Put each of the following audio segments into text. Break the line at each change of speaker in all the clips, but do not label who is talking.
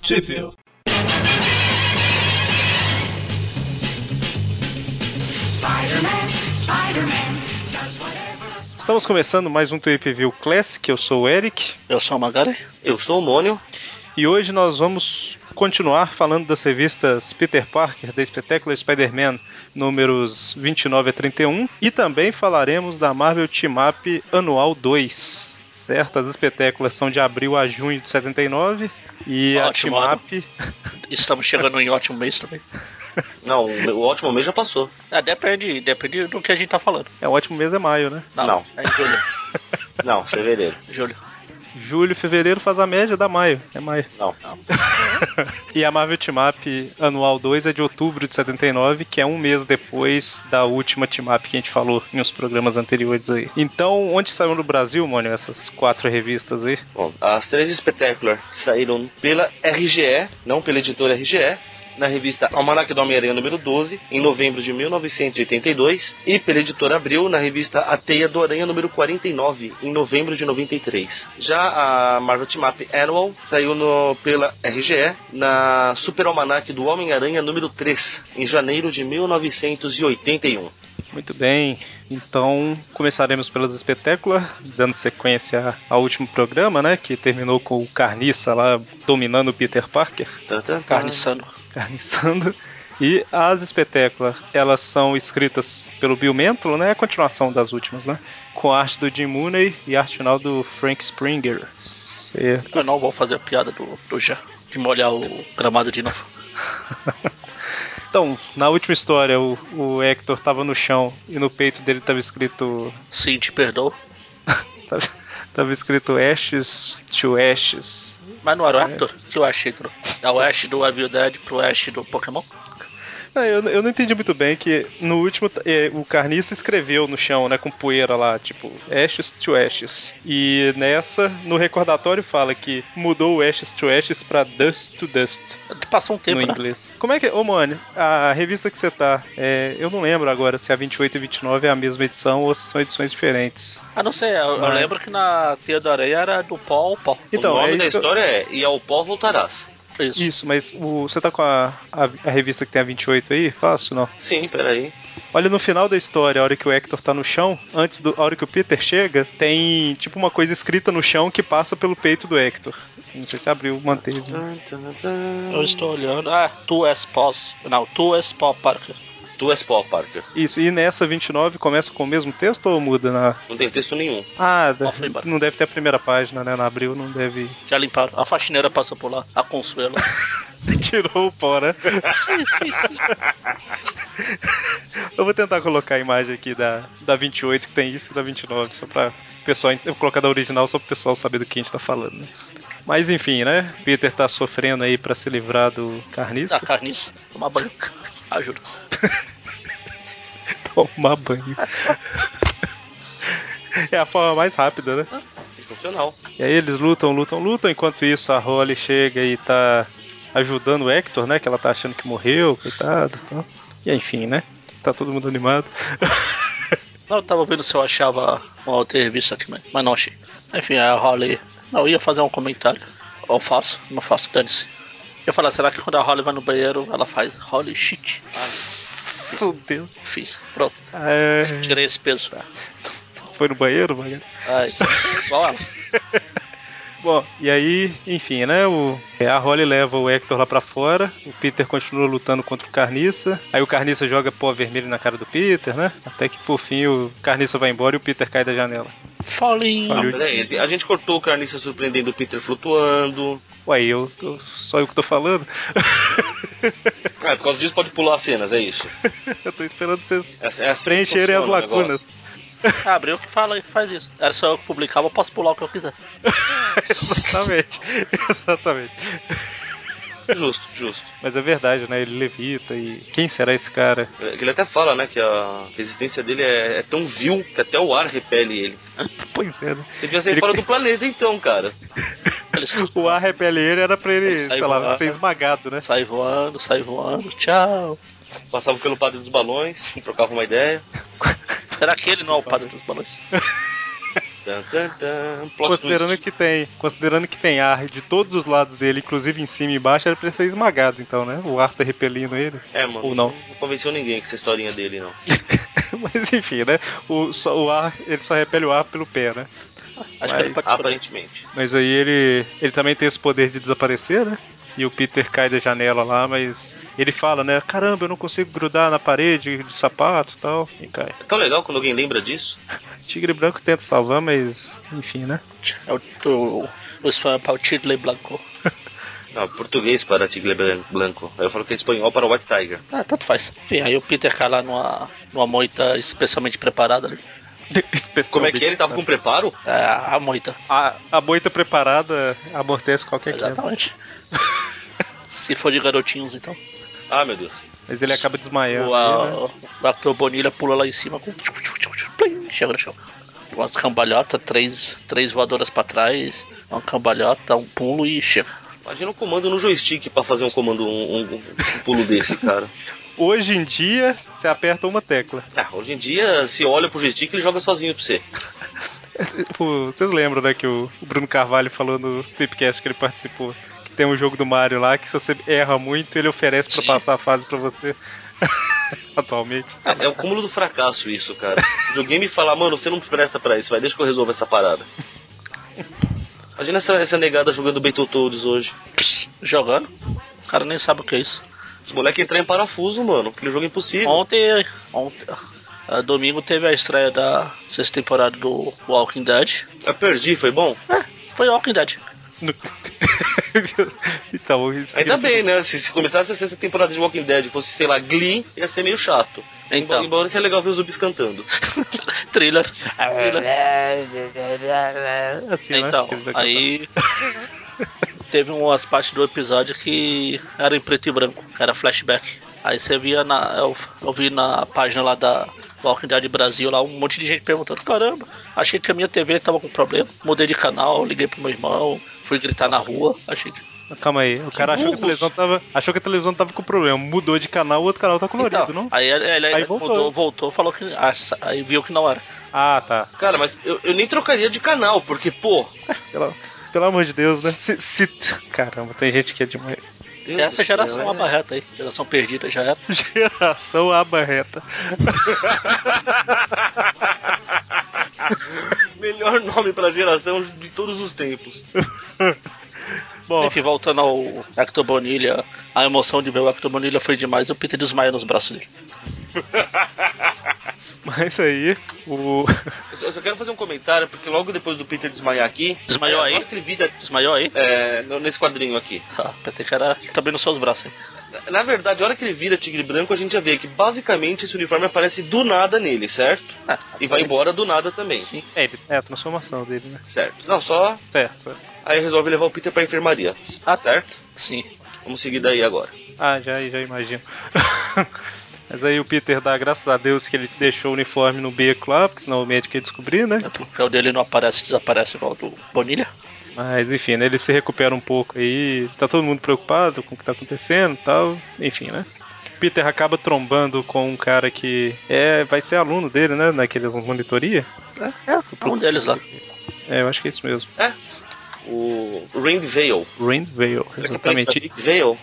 Possível. Estamos começando mais um Tweep View Classic. Eu sou o Eric.
Eu sou o Magari.
Eu sou o Mônio.
E hoje nós vamos continuar falando das revistas Peter Parker, The Spectacular Spider-Man, números 29 a 31. E também falaremos da Marvel Team Up Anual 2. Certo? As espetáculas são de abril a junho de 79. E
Ótimo,
a Team
ano.
Up.
Estamos chegando em ótimo mês também.
Não, o ótimo mês já passou.
Ah, depende, depende do que a gente tá falando.
É um ótimo mês, é maio, né?
Não.
É em julho.
Não, fevereiro.
julho.
Julho, fevereiro faz a média, dá maio. É maio.
Não.
E a Marvel Team Up Anual 2 é de outubro de 79, que é um mês depois da última Team Up que a gente falou em uns programas anteriores aí. Então, onde saiu no Brasil, Mônio, essas quatro revistas aí?
Bom, as três Spectacular saíram pela RGE, não pela editora RGE, na revista Almanac do Homem-Aranha número 12, em novembro de 1982, e pela editora Abril, na revista A Teia do Aranha número 49, em novembro de 93. Já a Marvel Team Up Annual saiu no- pela RGE, na Super Almanac do Homem-Aranha número 3, em janeiro de 1981.
Muito bem, então começaremos pelas espetáculas, dando sequência ao último programa, né? Que terminou com o Carniça lá dominando o Peter Parker.
Tá, tá, tá.
Carniçando.
Carniçando. E as espetáculas, elas são escritas pelo Bill Mantlo, né? A continuação das últimas, né? Com a arte do Jim Mooney e a arte final do Frank Springer. Certo.
Eu não vou fazer a piada do, do já. De molhar o gramado de novo.
Então, na última história, o, o Hector tava no chão e no peito dele tava escrito.
Sim, te perdoo.
Tava, tava escrito Ashes to Ashes.
Mas não era o Hector que eu achei, Gru. É o Ash do Evil Dead pro Ash do Pokémon.
Ah, eu, eu não entendi muito bem que no último eh, o Carniça escreveu no chão, né, com poeira lá, tipo, Ashes to Ashes. E nessa, no recordatório fala que mudou o Ashes to Ashes pra Dust to Dust
Passou um
no
tempo, né?
inglês. Como é que. Ô, Mani, a revista que você tá, eh, eu não lembro agora se a 28 e 29 é a mesma edição ou se são edições diferentes.
Ah, não sei. Eu, eu
Mas-
lembro que na Teia do Aranha era do pó ao pó.
Então,
o nome
é
da
isso que eu-
história é E ao pó voltarás.
Isso.
Isso, mas o- você tá com a, a, a revista que tem a 28 aí? Fácil, não?
Sim, peraí.
Olha, no final da história, a hora que o Hector tá no chão, antes do a hora que o Peter chega, tem tipo uma coisa escrita no chão que passa pelo peito do Hector. Não sei se abriu, manteve.
Eu estou olhando. Ah, tu és pós. Não, tu és pó, Parker.
Tu és pó, Parker.
Isso, e nessa 29 começa com o mesmo texto ou muda na.
Não tem texto nenhum.
Ah,
Ó, foi embora.
não deve ter a primeira página, né? Na abril não deve.
Já limparam. A faxineira passou por lá. A Consuelo.
Tirou o pó, né?
sim, sim, sim.
Eu vou tentar colocar a imagem aqui da, da 28 que tem isso e da 29, só pra o pessoal. Eu vou colocar da original só pro pessoal saber do que a gente tá falando, né? Mas enfim, né? Peter tá sofrendo aí pra se livrar do carniça.
Da carniça. Tomar banho. Ajuda.
Tomar banho. É a forma mais rápida, né?
É funcional.
E aí eles lutam, lutam, lutam. Enquanto isso, a Holly chega e tá ajudando o Hector, né? Que ela tá achando que morreu, coitado e tal. E enfim, né? Tá todo mundo animado.
Não, eu tava vendo se eu achava uma outra revista aqui, mas mas não achei. Enfim, aí a Holly. Não, eu ia fazer um comentário. Ou faço, não faço, dane-se. Eu ia falar, será que quando a Holly vai no banheiro, ela faz Holly shit?
Meu Deus.
Fiz, pronto.
É,
Tirei esse peso.
foi no banheiro, Magali?
Aí, igual ela.
Bom, e aí, enfim, né? O, é, a Holly leva o Hector lá pra fora, o Peter continua lutando contra o Carniça, aí o Carniça joga pó vermelho na cara do Peter, né? Até que por fim o Carniça vai embora e o Peter cai da janela.
Falling.
Falei.
Não, peraí. A gente cortou o Carniça surpreendendo o Peter flutuando.
Ué, eu tô- só eu que tô falando?
Ah, por causa disso pode pular as cenas, é isso.
eu tô esperando vocês
É, é assim que
preencherem as
funciona o
lacunas.
Ah, Abriu que fala e faz isso. Era só eu que publicava, eu posso pular o que eu quiser.
Exatamente. Exatamente.
negócio. Justo, justo.
Mas é verdade, né? Ele levita e. Quem será esse cara?
É, que Ele até fala, né, que a resistência dele é, é tão vil que até o ar repele ele.
Pois é, né?
Você devia ser
Ele-
fora do planeta então, cara.
Eles
O ar repele ele era pra
É
ele,
Ele sai
sei lá,
voando.
ser esmagado, né?
Sai voando, sai voando, tchau.
Passava pelo padre dos balões, trocava uma ideia.
Será que ele não é o padre dos balões?
Tan, tan, tan. Plot
Considerando
twist.
que, tem, considerando que tem ar de todos os lados dele, inclusive em cima e embaixo, era pra ele ser esmagado, então, né? O ar tá repelindo ele.
É, mano.
Ou não.
Não convenceu ninguém com essa historinha dele, não.
Mas enfim, né? O, só- o ar, ele só repele o ar pelo pé, né?
Acho que ele
Mas-
participou. daí.
Aparentemente.
Mas aí ele, ele também tem esse poder de desaparecer, né? E o Peter cai da janela lá, mas ele fala, né? Caramba, eu não consigo grudar na parede de sapato e tal. E cai.
É tão legal quando alguém lembra disso.
Tigre Branco tenta salvar, mas enfim, né?
É o, o, é o espanhol para o Tirley Blanco.
Não, Ah, português para Tigre Blan- Blanco. Aí eu falo que é espanhol para White Tiger.
Ah, tanto faz. Enfim, aí o Peter cai lá numa, numa moita especialmente preparada ali.
Como
um
é que é? Ele tava com preparo?
É, a moita,
A, a moita preparada amortece qualquer queda.
exatamente. Se for de garotinhos, então.
Ah, meu Deus.
Mas ele acaba desmaiando.
O,
ali, né?
a, o ator Bonilha pula lá em cima com. Plim, Chega no chão. Umas cambalhotas, três, três voadoras pra trás, uma cambalhota, dá um pulo e chega.
Imagina um comando no joystick pra fazer um comando, um, um- um pulo desse, cara.
Hoje em dia, você aperta uma tecla.
Ah, hoje em dia, se olha pro joystick, ele joga sozinho pra você.
Tipo, Vocês lembram, né, que o o Bruno Carvalho falou no Tweepcast que ele participou, que tem um jogo do Mario lá que se você erra muito, ele oferece pra
Sim.
passar a fase pra você. Atualmente.
É, é o cúmulo do fracasso isso, cara. Se alguém me falar, mano, você não presta pra isso, vai, deixa que eu resolvo essa parada. Imagina essa, essa negada jogando Battletoads hoje.
Jogando. Os caras nem sabem o que é isso.
Esse moleque entrar em parafuso, mano. Aquele jogo é impossível.
Ontem, ontem ah, domingo teve a estreia da sexta temporada do Walking Dead.
Eu perdi, foi bom?
É, foi Walking Dead.
No- então, isso
Ainda
significa-
bem, né? Se, se começasse a sexta temporada de Walking Dead e fosse, sei lá, Glee, ia ser meio chato. Então.
Então,
Embora seja legal ver os zumbis cantando.
thriller. thriller.
assim, né,
Então,
que eles acabam-
aí teve umas partes do episódio que era em preto e branco, era flashback. Aí você via na. Eu, eu vi na página lá da Walking Dead Brasil lá um monte de gente perguntando, caramba, achei que a minha TV tava com problema. Mudei de canal, liguei pro meu irmão, fui gritar na rua, achei que.
Calma aí, o cara achou que, a
burros.
televisão tava, achou que a televisão tava com problema, mudou de canal, o outro canal tá colorido,
Então,
não?
Aí ele, ele-
Aí
ele
voltou.
mudou, voltou, falou que. ah, sa- Aí viu que não era.
Ah, tá.
Cara, mas eu, eu nem trocaria de canal, porque, pô.
Pelo, pelo amor de Deus, né? Se, se- Caramba, tem gente que é demais.
Deus do
Essa
céu,
geração
é-
é... abarreta aí, geração perdida já era.
Geração aba reta.
Melhor nome pra geração de todos os tempos.
Bom,
Enfim, voltando ao Hector Bonilha, a emoção de ver o Hector Bonilha foi demais. O Peter desmaia nos braços dele.
mas é aí, o.
Eu só- Eu só quero fazer um comentário, porque logo depois do Peter desmaiar aqui.
Desmaiou
é,
aí?
agora que ele vira,
Desmaiou aí?
é, no- nesse quadrinho aqui.
Ah, pensei que era também nos seus braços. hein?
Na- Na verdade, a hora que ele vira tigre branco, a gente já vê que basicamente esse uniforme aparece do nada nele, certo?
Ah,
E vai embora do nada também,
Sim.
É, ele- é a transformação dele, né?
certo? Não, só.
Certo. certo.
Aí resolve levar o Peter pra enfermaria,
Ah,
certo?
Sim.
Vamos seguir daí agora.
Ah, já, já imagino. mas aí o Peter dá graças a Deus que ele deixou o uniforme no beco lá, porque senão o médico ia descobrir, né?
É porque o dele não aparece, desaparece igual o do Bonilha.
Mas enfim, né? Ele se recupera um pouco aí. Tá todo mundo preocupado com o que tá acontecendo e tal. Enfim, né? Peter acaba trombando com um cara que é vai ser aluno dele, né? Naqueles monitoria.
É, é um deles lá.
É, eu acho que é isso mesmo.
É. O Rand Vale.
Rain Vale,
tá
exatamente.
Vale.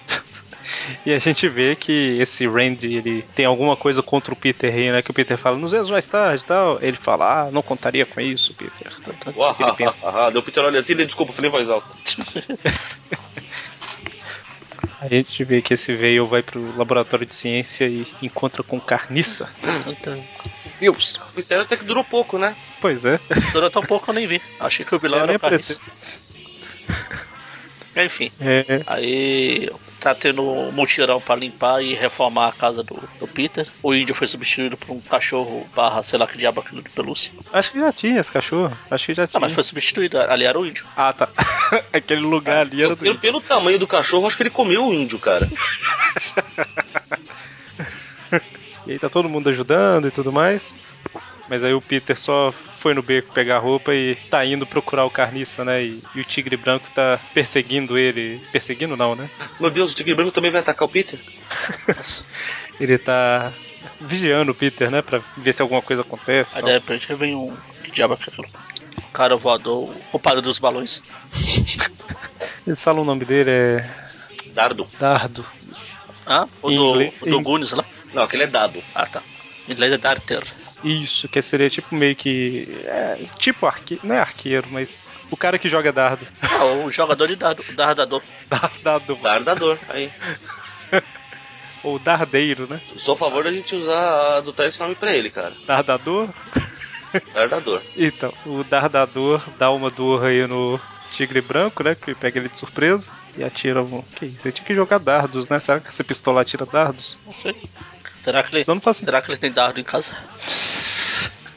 E a gente vê que esse Randy, ele tem alguma coisa contra o Peter aí, né? Que o Peter fala, nos vemos mais tarde e tal. Ele fala, ah, não contaria com isso, Peter.
Uau,
Ele pensa.
ah, ah, deu Peter olha assim, ele- desculpa, falei em voz alta.
A gente vê que esse Vale vai pro laboratório de ciência e encontra com carniça. Deus!
O mistério até que durou pouco, né?
Pois é.
Durante um pouco eu nem vi. Achei que o vilão
Eu
era
nem é
o Carniça. Enfim,
É,
aí tá tendo um mutirão pra limpar e reformar a casa do, do Peter. O índio foi substituído por um cachorro barra, sei lá que diabo aquilo de pelúcia.
acho que já tinha esse cachorro. Acho que já
Não,
tinha.
mas foi Ah, substituído, ali era o índio.
Ah, tá. Aquele lugar ali era
Eu- pelo,
do...
pelo tamanho do cachorro, acho que ele comeu o índio, cara.
E aí tá todo mundo ajudando e tudo mais. Mas aí o Peter só foi no beco pegar roupa e tá indo procurar o Carniça, né? E, e o Tigre Branco tá perseguindo ele. Perseguindo não, né?
Meu Deus, o Tigre Branco também vai atacar o Peter?
Nossa.
Ele tá vigiando o Peter, né? Pra ver se alguma coisa acontece. e
Aí
tal.
de repente vem um. Que diabo é aquilo? cara voador, o padre dos balões.
Eles falam o nome dele é
Dardo.
Dardo.
Ah, o
Em
do,
inglês-
o do
em-
Gunis lá.
Não, aquele é dado.
Ah, tá. Em inglês é Darter.
Isso, que seria tipo meio que. É, tipo arqueiro. Não é arqueiro, mas. O cara que joga dardo.
Ah, o jogador de dardo, o dardador.
Dardado.
Dardador, aí.
Ou dardeiro, né?
Sou a favor da gente usar, adotar esse nome pra ele, cara.
Dardador.
Dardador.
Então, o dardador dá uma durra aí no tigre branco, né? Que pega ele de surpresa e atira um. Que isso? Ele tinha que jogar dardos, né? Será que essa pistola atira dardos?
Não sei. Será que ele,
Senão não faz sentido.
será que ele tem dardo em casa?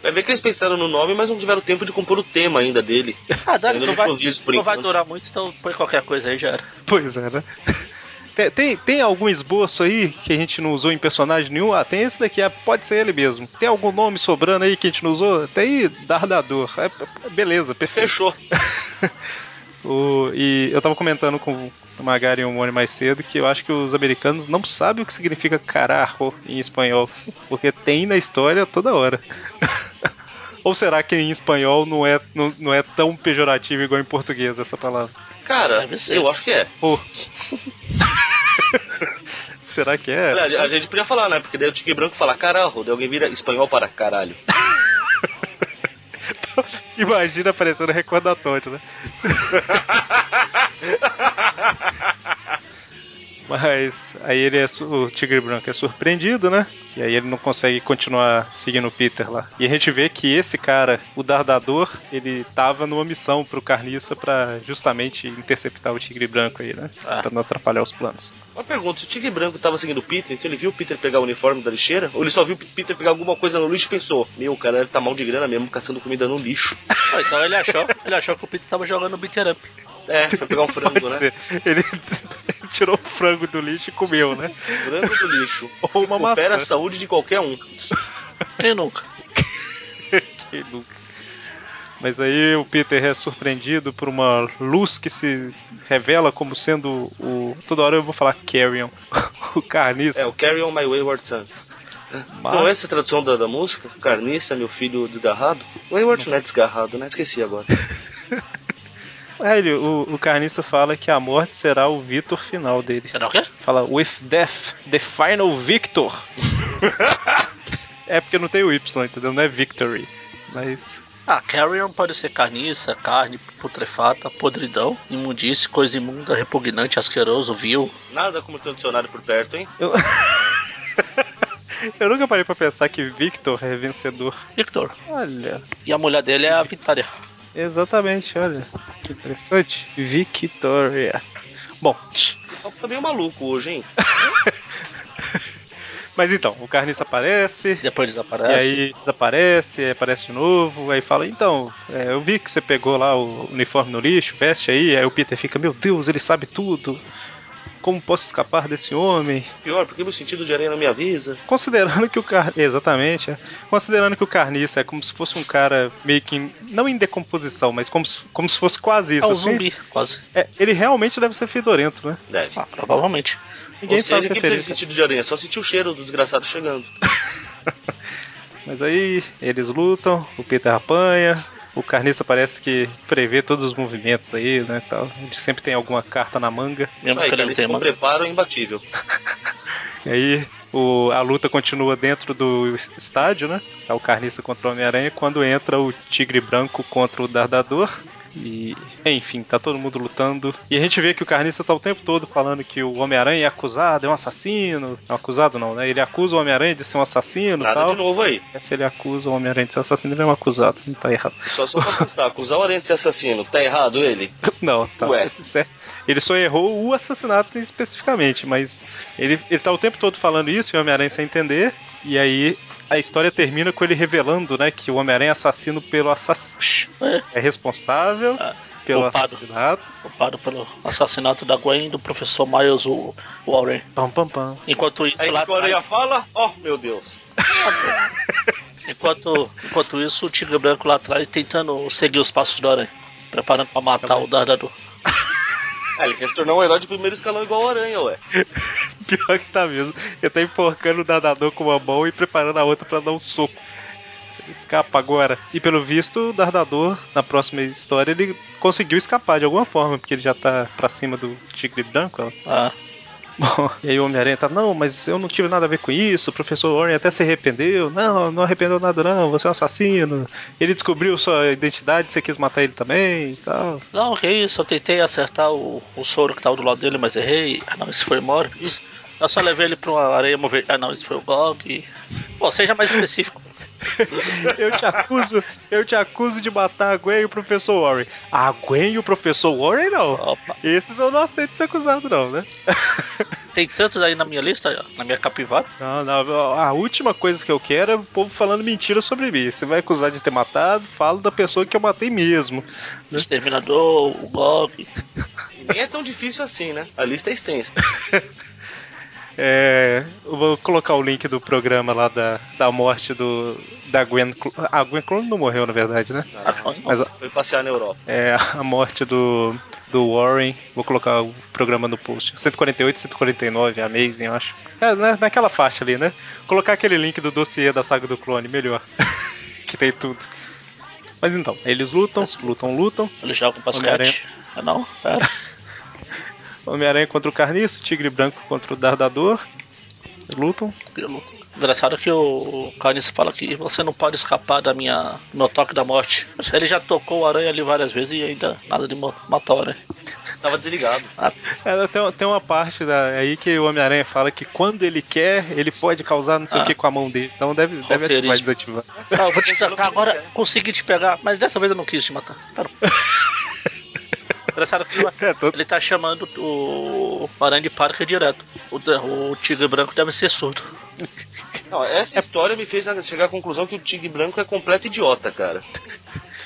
Vai ver que eles pensaram no nome, mas não tiveram tempo de compor o tema ainda dele.
Ah, Dani, não
Ainda não
vai,
foi visto por
não vai
enquanto.
durar muito, então põe qualquer coisa aí já era.
Pois é, né? Tem- Tem, tem algum esboço aí que a gente não usou em personagem nenhum? Ah, tem esse daqui, ah, pode ser ele mesmo. Tem algum nome sobrando aí que a gente não usou? Tem aí, Dardador. É, p- beleza, perfeito.
Fechou.
O- e eu tava comentando com o Magari e o Mone mais cedo que eu acho que os americanos não sabem o que significa carajo em espanhol, porque tem na história toda hora. Ou será que em espanhol não é, não, não é tão pejorativo igual em português essa palavra?
Cara,
Deve ser.
eu acho que é.
Pô. será que é?
Aliás, a gente podia falar, né? Porque daí o Tigre Branco fala caralho, daí alguém vira espanhol para caralho.
Imagina aparecendo recordatório, né? Mas aí ele é su- o Tigre Branco é surpreendido, né? E aí ele não consegue continuar seguindo o Peter lá. E a gente vê que esse cara, o Dardador, ele tava numa missão pro Carniça pra justamente interceptar o Tigre Branco aí, né?
Ah.
Pra não atrapalhar os planos.
Uma pergunta, se o Tigre Branco tava seguindo o Peter, então ele viu o Peter pegar o uniforme da lixeira? Ou ele só viu o Peter pegar alguma coisa no lixo e pensou, meu, o cara ele tá mal de grana mesmo, caçando comida no lixo.
Ah, então ele achou, ele achou que o Peter tava jogando beater up.
É, foi pegar um frango,
Pode
né?
ser. Ele tirou o frango do lixo e comeu, né?
Frango do lixo.
Ou uma
Recupera
maçã.
a saúde de qualquer um.
Quem nunca?
Quem nunca? Mas aí o Peter é surpreendido por uma luz que se revela como sendo o. Toda hora eu vou falar Carrion, o carniça.
É, o Carry On My Wayward Son.
mas-
Então essa é a tradução da, da música, Carniça, meu filho desgarrado. Wayward não é desgarrado, né? Esqueci agora.
É, ele- o, o carniça fala que a morte será o Victor final dele.
Será o quê?
Fala, with death, the final victor. é porque não tem o Y, entendeu? Não é victory. Mas.
Ah, carrion pode ser carniça, carne, putrefata, podridão, imundície, coisa imunda, repugnante, asqueroso, vil.
Nada como ter um dicionário por perto, hein?
Eu... eu nunca parei pra pensar que Victor é vencedor.
Victor.
Olha.
E a mulher dele é a Vitória.
Exatamente, olha. Que interessante. Victoria. Bom,
O papo tá meio maluco hoje, hein?
mas então, o carniça aparece.
Depois
E
desaparece.
aí desaparece, aí aparece de novo, aí fala, então, é, eu vi que você pegou lá o uniforme no lixo, veste aí, aí o Peter fica, meu Deus, ele sabe tudo. Como posso escapar desse homem?
Pior, porque meu sentido de aranha não me avisa.
Considerando que o car... Exatamente, é. Considerando que o carniça é como se fosse um cara meio que. em- Não em decomposição, mas como se, como se fosse quase
É
isso.
um
assim.
zumbi, quase.
É, ele realmente deve ser fedorento, né?
Deve.
Ah, provavelmente.
Ninguém
Ou seja,
faz
ninguém precisa de
referência.
sentido de aranha, só sentir o cheiro do desgraçado chegando.
Mas aí eles lutam, o Peter apanha, o Carniça parece que prevê todos os movimentos aí, né, tal. Ele sempre tem alguma carta na manga.
Mesmo
Aí,
que ele não
cara,
tenha
com
manga.
preparo é imbatível.
E aí o- a luta continua dentro do es- estádio, né? Tá o Carniça contra o Homem-Aranha quando entra o Tigre Branco contra o Dardador. E, enfim, tá todo mundo lutando. E a gente vê que o Carniça tá o tempo todo falando que o Homem-Aranha é acusado, é um assassino. Não, acusado não, né? Ele acusa o Homem-Aranha de ser um assassino e
Nada
tal.
de novo aí.
É, Se ele acusa o Homem-Aranha de ser assassino, ele é um acusado, não tá errado.
Só só pra constar, acusar o aranha de ser assassino, tá errado ele?
Não, tá
Ué.
certo. Ele só errou o assassinato especificamente, mas ele, ele tá o tempo todo falando isso e o Homem-Aranha sem entender. E aí a história termina com ele revelando, né, que o Homem-Aranha é assassino pelo assassino.
É,
É responsável
Ah,
pelo
culpado.
assassinato.
É, culpado pelo assassinato da Gwen e do professor Miles Wa- Warren.
Pam, pam, pam.
Enquanto isso,
Aí
lá
que o aranha
atrás,
fala, ó, meu Deus.
enquanto, enquanto isso, o Tigre Branco lá atrás tentando seguir os passos do Aranha. Preparando pra
Tá
matar o Dardador.
Ah, ele quer se tornar um herói de primeiro escalão igual o aranha, ué.
Pior que tá mesmo. Ele tá enforcando o dadador com uma mão e preparando a outra pra dar um soco. Isso nossa, ele escapa agora. E pelo visto, o Dardador, na próxima história, ele conseguiu escapar de alguma forma, porque ele já tá pra cima do Tigre Branco. ó.
Ah,
Bom, e aí o Homem-Aranha tá, não, mas eu não tive nada a ver com isso, o professor Warren até se arrependeu. Não, não arrependeu nada não, você é um assassino. Ele descobriu sua identidade, você quis matar ele também e tal.
não, que isso, eu tentei acertar o, o soro que tava do lado dele, mas errei. Ah, não, isso foi o Morbius. Eu só levei ele pra uma areia mover. Ah, não, isso foi o Gog. Bom, seja mais específico.
Eu te acuso, eu te acuso de matar a Gwen e o professor Warren. A Gwen e o professor Warren não.
Opa,
Esses eu não aceito ser acusado não, né?
tem tantos aí na minha lista, na minha capivara.
Não, não, a última coisa que eu quero é o povo falando mentira sobre mim. Você vai acusar de ter matado, falo da pessoa que eu matei mesmo.
O Exterminador, o Gog.
E nem é tão difícil assim, né? A lista é extensa.
É, eu vou colocar o link do programa lá da, da morte do da Gwen. Clo- A Gwen Clone não morreu, na verdade, né?
Ah, não.
Mas
Foi passear na Europa.
é a morte do, do Warren. Vou colocar o programa no post. 148, 149, Amazing, eu acho. É, né, naquela faixa ali, né? Colocar aquele link do dossiê da saga do clone, melhor. que tem tudo. Mas então, eles lutam, lutam, lutam.
Ele joga um basquete. Ah, não? Pera.
Homem-Aranha contra o Carniço, Tigre Branco contra o Dardador. Lutam.
Pelo- Engraçado que o Carnice fala que você não pode escapar da minha do meu toque da morte. Mas Ele já tocou o aranha ali várias vezes e ainda nada de mo- matar o aranha.
Tava desligado.
Ah,
É, tem, tem uma parte da- aí que o Homem-Aranha fala que quando ele quer, ele pode causar não sei o
Ah.
que com a mão dele. Então deve, deve ativar e
Roteirismo.
desativar.
ah, eu vou te atacar agora, consegui te pegar, mas dessa vez eu não quis te matar. Pera. um Engraçado que ele-
É, tanto-
ele tá chamando o aranha de Parker direto. O, da- o tigre branco deve ser surdo.
Não, essa
É-
história me fez chegar à conclusão que o Tigre Branco é completo idiota, cara.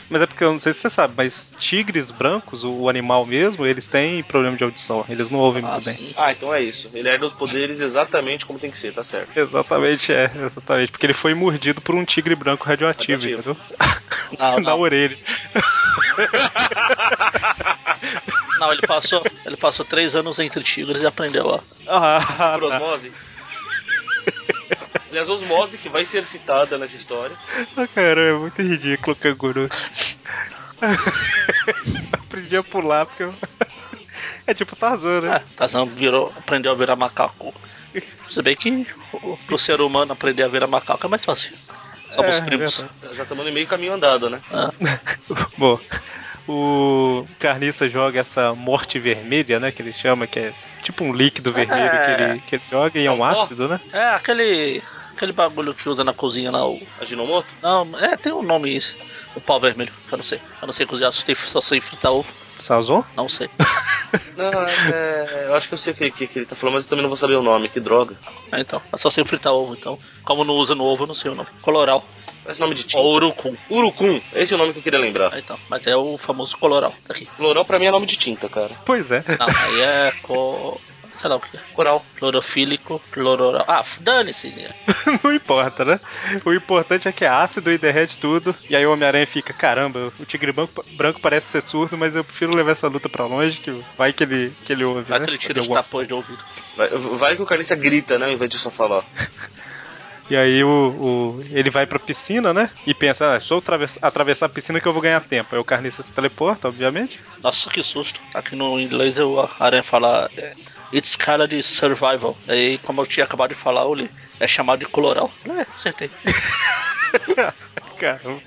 Mas é porque eu não sei se você sabe, mas tigres brancos, o, o animal mesmo, eles têm problema de audição. Eles não ouvem
Ah,
muito bem.
sim.
Ah, então é isso. Ele herda os poderes exatamente como tem que ser, tá certo.
Exatamente, é, exatamente. Porque ele foi mordido por um tigre branco radioativo,
Radioativo.
entendeu?
Não,
Na
Ah, não,
orelha.
não, ele passou, ele passou três anos entre tigres e aprendeu a
Ah,
Por
tá.
osmose. Aliás, osmose que vai ser citada nessa história.
Ah, cara, é muito ridículo o canguru. Aprendi a pular porque eu... É tipo Tarzan, né?
É, Tarzan virou, aprendeu a virar macaco. Se bem que o- pro ser humano aprender a virar macaco é mais fácil. Somos
É,
primos.
verdade.
Já estamos no meio caminho andado, né?
Bom, o Carniça joga essa morte vermelha, né? Que ele chama, que é tipo um líquido vermelho que, ele, que ele joga e é um
pó?
ácido, né?
É, aquele. aquele bagulho que usa na cozinha lá. O,
Aginomoto?
não, é, tem um nome isso. O pau vermelho, que eu não sei. Eu não sei cozinhar, só sei, só sei fritar ovo,
Sazon?
não sei.
Não, é, eu acho que eu sei o que, que, que ele tá falando, mas eu também não vou saber o nome, que droga.
É, então, eu só sei fritar ovo, então. Como não usa no ovo, eu não sei o nome. Coloral.
Parece nome de tinta.
Ou urucum.
Urucum, esse é o nome que eu queria lembrar.
É, então, mas é o famoso coloral. Daqui.
Floral pra mim é nome de tinta, cara.
Pois é.
Não, aí é co. sei lá o que é.
Coral.
Clorofílico, clororal. Ah, dane-se, né?
Não importa, né? O importante é que é ácido e derrete tudo. E aí o Homem-Aranha fica, caramba, o Tigre Branco, branco parece ser surdo, mas eu prefiro levar essa luta pra longe, que vai que ele, que ele ouve,
Vai
né?
que ele tira
Fazer
os
alguma
tapões do ouvido.
Vai, vai que o Carniça grita, né? Ao invés de só falar.
E aí o, o- ele vai pra piscina, né? E pensa, ah, se eu atravessar, atravessar a piscina que eu vou ganhar tempo. Aí o Carniça se teleporta, obviamente.
Nossa, que susto. Aqui no inglês eu, a aranha fala é, It's kind de survival. Aí, como eu tinha acabado de falar, eu li, é chamado de coloral. É, acertei.
Caramba.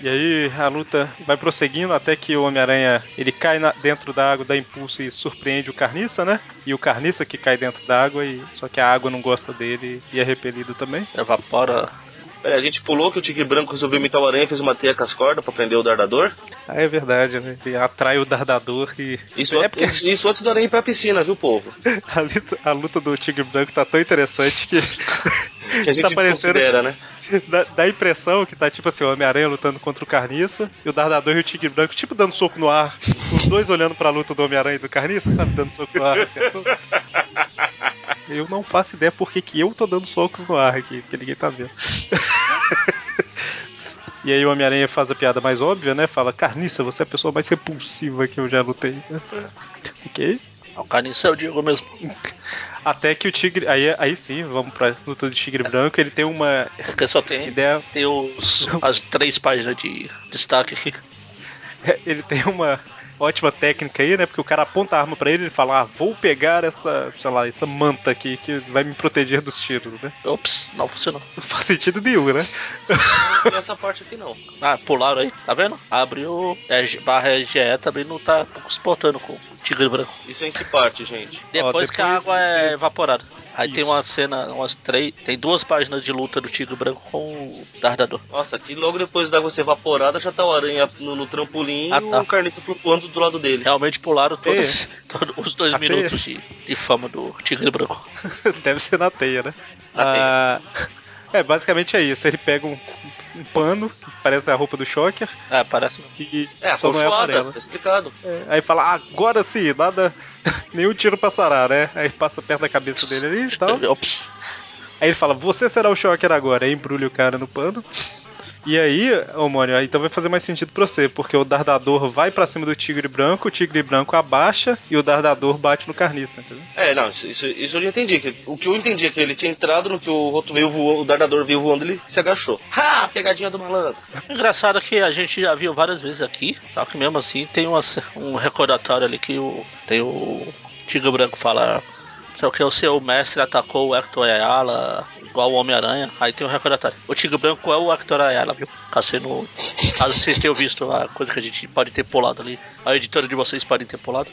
E aí a luta vai prosseguindo até que o Homem-Aranha ele cai na- dentro da água, dá impulso e surpreende o Carniça, né? E o Carniça que cai dentro da água, e, só que a água não gosta dele e é repelido também.
Evapora.
Pera, a gente pulou que o Tigre Branco resolveu imitar o Aranha e fez uma teia com as cordas pra prender o Dardador.
Ah, é verdade, né? Ele atrai o Dardador e.
Isso,
é
an-
porque
isso, isso antes do Aranha ir pra piscina, viu, povo?
a luta, a luta do Tigre Branco tá tão interessante que.
Que a gente
tá parecendo.
desconsidera, né?
Dá, dá a impressão que tá tipo assim, o Homem-Aranha lutando contra o Carniça e o Dardador e o Tigre Branco, tipo dando soco no ar. Os dois olhando pra luta do Homem-Aranha e do Carniça, sabe? Dando soco no ar. Assim, eu, tô- eu não faço ideia por que que eu tô dando socos no ar aqui, porque ninguém tá vendo. E aí o Homem-Aranha faz a piada mais óbvia, né? Fala, Carniça, você é a pessoa mais repulsiva que eu já lutei. ok.
O Carniça é o Diego mesmo.
Até que o tigre. Aí, aí sim, vamos pra luta do tigre branco. Ele tem uma
Porque só tem,
ideia.
tem os, as três páginas de destaque aqui.
Ele tem uma ótima técnica aí, né? Porque o cara aponta a arma pra ele e ele fala: Ah, vou pegar essa, sei lá, essa manta aqui que vai me proteger dos tiros, né?
Ops, não funcionou.
Não faz sentido nenhum, né?
E essa parte aqui não.
Ah, pularam aí, tá vendo? Abriu é, G- barra GE também não tá suportando com o tigre branco.
Isso é em que parte, gente?
Depois, que a
depois-
água é evaporada. Aí tem
Isso.
uma cena, umas três. Tem duas páginas de luta do tigre branco com o Dardador.
Nossa, aqui logo depois da água ser evaporada já tá o aranha no, no trampolim
Ah,
e
tá.
o carniça flutuando do lado dele.
Realmente pularam todos,
Ei.
todos os dois
Até-
minutos de, de fama do tigre branco.
Deve ser na teia, né?
Na
Ah, é, basicamente é isso. Ele pega um, um pano, que parece a roupa do Shocker,
Ah, parece mesmo.
e
É,
só não é
acolchoada,
amarela.
tá explicado.
É, aí fala, "Ah, agora sim, nada. Nenhum tiro passará, né? Aí passa perto da cabeça dele ali e tal.
Ops.
Aí ele fala, você será o Shocker agora. Aí embrulha o cara no pano. E aí, ô Mônio, aí então vai fazer mais sentido pra você, porque o Dardador vai pra cima do Tigre Branco, o Tigre Branco abaixa e o Dardador bate no Carniça, entendeu?
É, não, isso, isso- isso eu já entendi. que- o que eu entendi é que ele tinha entrado, no que o roto veio voando, o dardador veio voando, ele se agachou. Ha! Pegadinha do malandro.
Engraçado que a gente já viu várias vezes aqui, só que mesmo assim tem uma ce- um recordatório ali que o, tem o Tigre Branco fala só que o seu mestre atacou o Hector Ayala igual o Homem-Aranha, aí tem um recordatório. O Tigre Branco é o Hector Ayala, viu? Caso, você não- caso vocês tenham visto a coisa que a gente pode ter pulado ali, a editora de vocês pode ter pulado.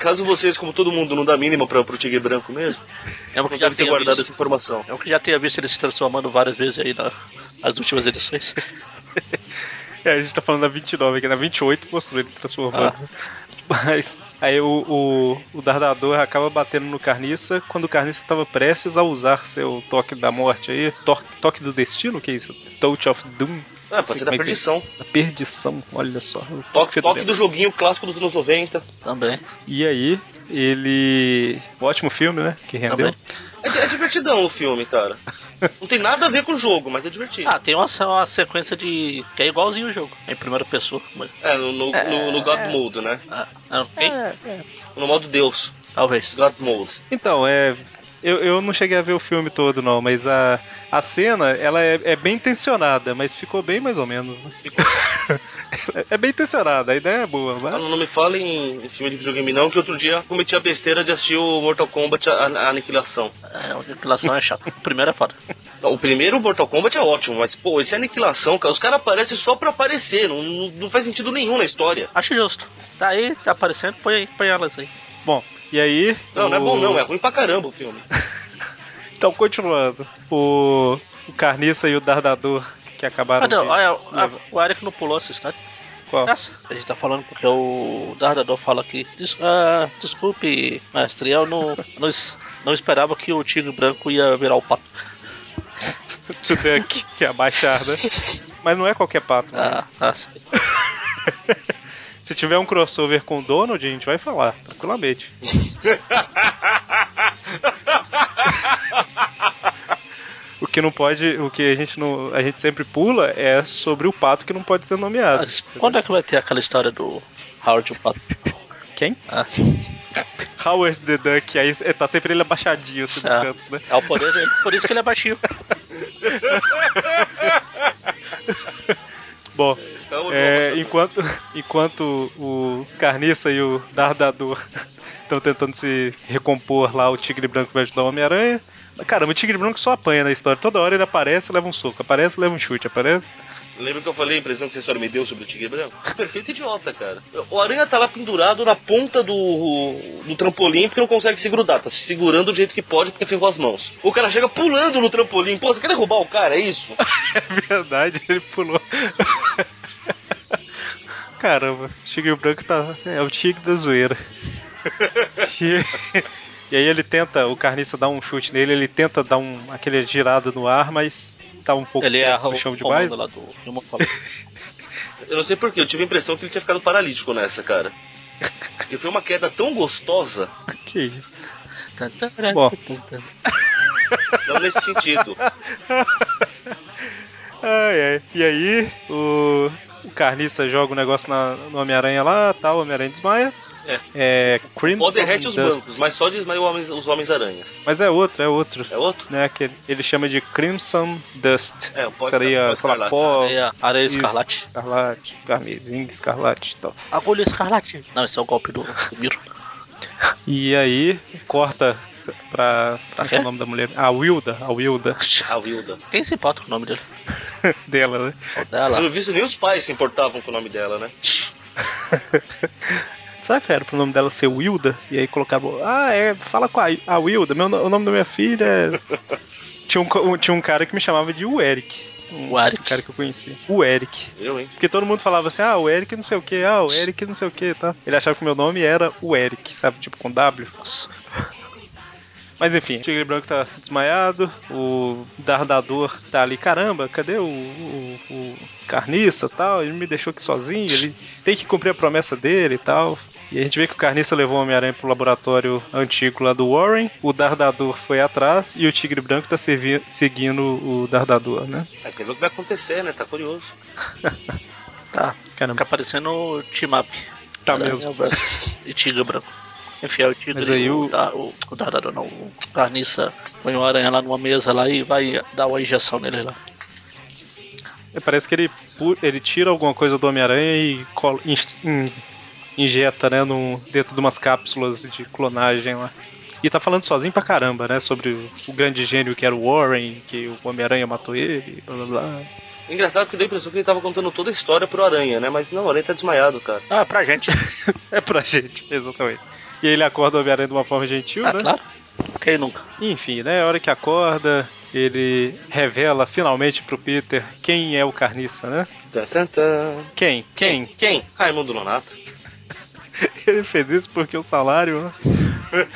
Caso vocês, como todo mundo, não dá mínima pra, pro tigre branco mesmo,
Mesmo É
não
um que já
deve ter
tenha
guardado
visto,
essa informação.
mesmo que já tenha visto ele se transformando várias vezes aí na- nas últimas edições.
É, a gente tá falando da 29 aqui, na 28 mostrou ele transformando. Mas aí o, o, o Dardador acaba batendo no Carniça quando o Carniça tava prestes a usar seu toque da morte aí. Toque, toque do destino? O que é isso? Touch of Doom?
Ah,
Sei
pode ser
como
da
é que é.
perdição.
Da perdição, olha só. O toque
Toque, toque
fedorento.
do joguinho clássico dos anos 90.
Também.
E aí, ele. Ótimo filme, né? Que rendeu.
Também.
É, di- é divertidão o filme, cara. Não tem nada a ver com o jogo, mas é divertido.
Ah, tem uma, uma sequência de. que é igualzinho o jogo. Em primeira pessoa. Mas,
É, no, no, no, no God Mode, né?
ah, ah, ok?
É, é.
No modo Deus.
Talvez. Ah,
God Mode.
Então, é. Eu, eu não cheguei a ver o filme todo, não, mas a, a cena, ela é, é bem intencionada, mas ficou bem mais ou menos, né? é, é bem intencionada, a ideia é boa,
Ah,
mas.
não não me fala em em filme de videogame não, que outro dia cometi a besteira de assistir o Mortal Kombat a, a Aniquilação.
É, a aniquilação é chata. O primeiro é foda.
Não, O primeiro Mortal Kombat é ótimo, mas pô, esse Aniquilação, cara, os caras aparecem só pra aparecer, não, não- não faz sentido nenhum na história.
Acho justo. Tá aí, tá aparecendo, põe, aí, põe elas aí.
Bom, e aí.
Não, não é
o-
bom não, é ruim pra caramba o filme.
Então, continuando. O, o Carniça e o Dardador que acabaram.
Ah,
Cadê?
de...
Olha, a- o Eric não pulou essa história.
Qual?
Essa. A gente tá falando porque o Dardador fala aqui. Des, ah, desculpe, mestre, eu não, não, es- não esperava que o tigre branco ia virar o pato.
To Duck, que é abaixar, né? Mas não é qualquer pato, né?
Ah, ah, sim.
Se tiver um crossover com o Donald, a gente vai falar, tranquilamente. o que não pode, o que a gente não, a gente sempre pula é sobre o pato que não pode ser nomeado.
Mas quando é que vai ter aquela história do Howard o pato?
Quem?
Ah.
Howard the Duck, aí é, tá sempre ele abaixadinho assim nos
Ah.
cantos, né?
É o poder dele, por isso que ele é baixinho.
Bom,
Então,
é,
eu-
enquanto, enquanto o Carniça e o Dardador estão tentando se recompor lá, o Tigre Branco vai ajudar o Homem-Aranha. Mas, Caramba, o Tigre Branco só apanha na história. Toda hora ele aparece, leva um soco, aparece, leva um chute, aparece.
Lembra que eu falei a impressão que essa história me deu sobre o Tigre Branco? Perfeito idiota, cara. O Aranha tá lá pendurado na ponta do, do trampolim porque não consegue se grudar. Tá se segurando do jeito que pode porque ferrou as mãos. O cara chega pulando no trampolim. Pô, você quer derrubar o cara, é isso?
É verdade, ele pulou. Caramba, o Tigre Branco tá, é o tigre da zoeira. E, e aí ele tenta, o Carniça dá um chute nele, ele tenta dar um, aquele girado no ar, mas tá um pouco
Ele é erra
no chão
o
de baixo.
comando lá do Human Fall.
Eu não sei porquê, eu tive a impressão que ele tinha ficado paralítico nessa, cara. Porque foi uma queda tão gostosa,
Que isso? Bom.
Bom.
não nesse sentido.
Ai, ai. E aí, o, o Carniça joga o negócio na, no Homem-Aranha lá, tal, o Homem-Aranha desmaia.
É.
É,
Ou
Crimson
derrete os
Dust.
bancos, mas só desmaia o homens- os Homens-Aranhas.
Mas é outro, é outro.
É outro?
Né, que ele chama de Crimson Dust.
É, o pó
Seria,
esca- pó
sei lá,
escarlate.
pó,
Areia, é areia
Isso.
escarlate.
escarlate, carmesim, escarlate e tal.
Agulha escarlate. Não, esse é o golpe do, do Miro.
E aí, corta pra.
Pra
Qual que é o
quê?
nome da mulher? A Wilda, a Wilda
A Wilda.
Quem se importa com o nome dele?
dela, né?
O dela.
Pelo visto, nem os pais se importavam com o nome dela, né?
Será que era pro nome dela ser Wilda? E aí colocaram. Ah, é, fala com a, a Wilda. Meu, no- o nome da minha filha é. tinha, um, co- um- tinha um cara que me chamava de o Eric. Um,
O Eric.
um cara que eu conheci. O Eric.
Eu, hein?
Porque todo mundo falava assim, ah, o Eric não sei o que, ah, o Eric não sei o que, tá? Ele achava que o meu nome era o Eric, sabe? Tipo, com W.
Nossa.
Mas enfim, o Tigre Branco tá desmaiado, o Dardador tá ali, caramba, cadê o, o, o Carniça e tal? Ele me deixou aqui sozinho, ele tem que cumprir a promessa dele e tal. E a gente vê que o Carniça levou o Homem-Aranha pro laboratório antigo lá do Warren, o Dardador foi atrás e o Tigre Branco tá servi- seguindo o Dardador, né?
É, quer ver o que vai acontecer, né? Tá curioso.
Tá. Fica
Caramba,
parecendo o Timap. É
tá mesmo.
E Tigre branco. Enfim, aí o Tigre,
Mas aí
o,
o-
da- o, o Darado não, o Carniça põe uma aranha lá numa mesa lá e vai dar uma injeção nele lá.
É, Parece que ele, pu- ele tira alguma coisa do Homem-Aranha e colo- inst- in- injeta, né, num- dentro de umas cápsulas de clonagem lá. E tá falando sozinho pra caramba, né, sobre o, o grande gênio que era o Warren, que o Homem-Aranha matou ele, blá blá blá.
Engraçado porque deu a impressão que ele tava contando toda a história pro Aranha, né? Mas não, o Aranha tá desmaiado, cara.
Ah, pra gente.
É pra gente, exatamente. E aí ele acorda o Homem-Aranha de uma forma gentil,
ah,
né?
claro. Quem nunca?
Enfim, né, a hora que acorda, ele revela finalmente pro Peter quem é o Carniça, né?
Tan, tan, tan.
Quem? Quem?
Quem? Raimundo Nonato.
Ele fez isso porque o salário. né?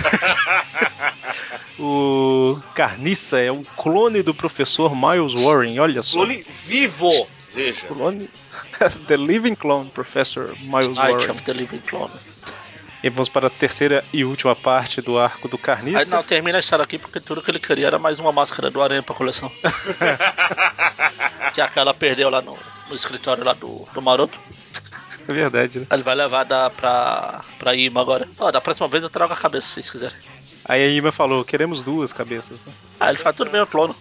o Carniça é um clone do professor Miles Warren, olha só.
Clone vivo! Veja.
Clone? the Living Clone, Professor Miles
Night
Warren.
of the Living Clone.
E vamos para a terceira e última parte do arco do
Aí
Carniça.
não, termina a história aqui porque tudo que ele queria era mais uma máscara do Aranha pra coleção. que aquela perdeu lá no, no escritório lá do, do Maroto.
É verdade, né?
Aí Ele vai levar da, pra, pra Ima agora. Ó, da próxima vez eu trago a cabeça, se vocês quiserem.
Aí a Ima falou: queremos duas cabeças, né?
Aí ele fala, tudo bem, eu clono.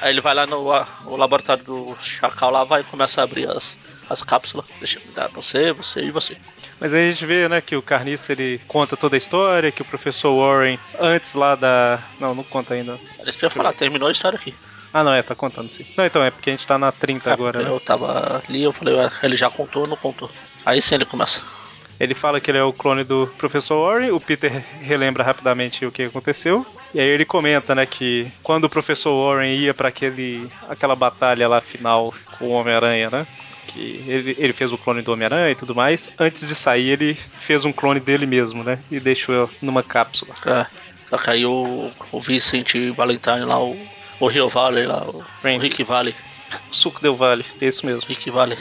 Aí ele vai lá no, ah, no laboratório do Chacal lá, vai e começa a abrir as, as cápsulas. Deixa eu dar você, você e você.
Mas aí a gente vê, né, que o Carniça ele conta toda a história, que o professor Warren, antes lá da. Não, não conta ainda.
Aí isso que eu ia falar, terminou a história aqui.
Ah, não, é, tá contando sim. Não, então é porque a gente tá na 30
É,
agora,
porque
né?
Eu tava ali, eu falei, ué, ele já contou ou não contou? Aí sim ele começa.
Ele fala que ele é o clone do Professor Warren, o Peter relembra rapidamente o que aconteceu. E aí ele comenta, né, que quando o Professor Warren ia pra aquele aquela batalha lá final com o Homem-Aranha, né? Que ele, ele fez o clone do Homem-Aranha e tudo mais. Antes de sair, ele fez um clone dele mesmo, né? E deixou numa cápsula.
É, só que aí o, o Vicente Valentine lá, o, o Rio Valley lá, o, o
Randy.
Rick Valley,
Suco Del Vale, é isso mesmo.
Rick Valley.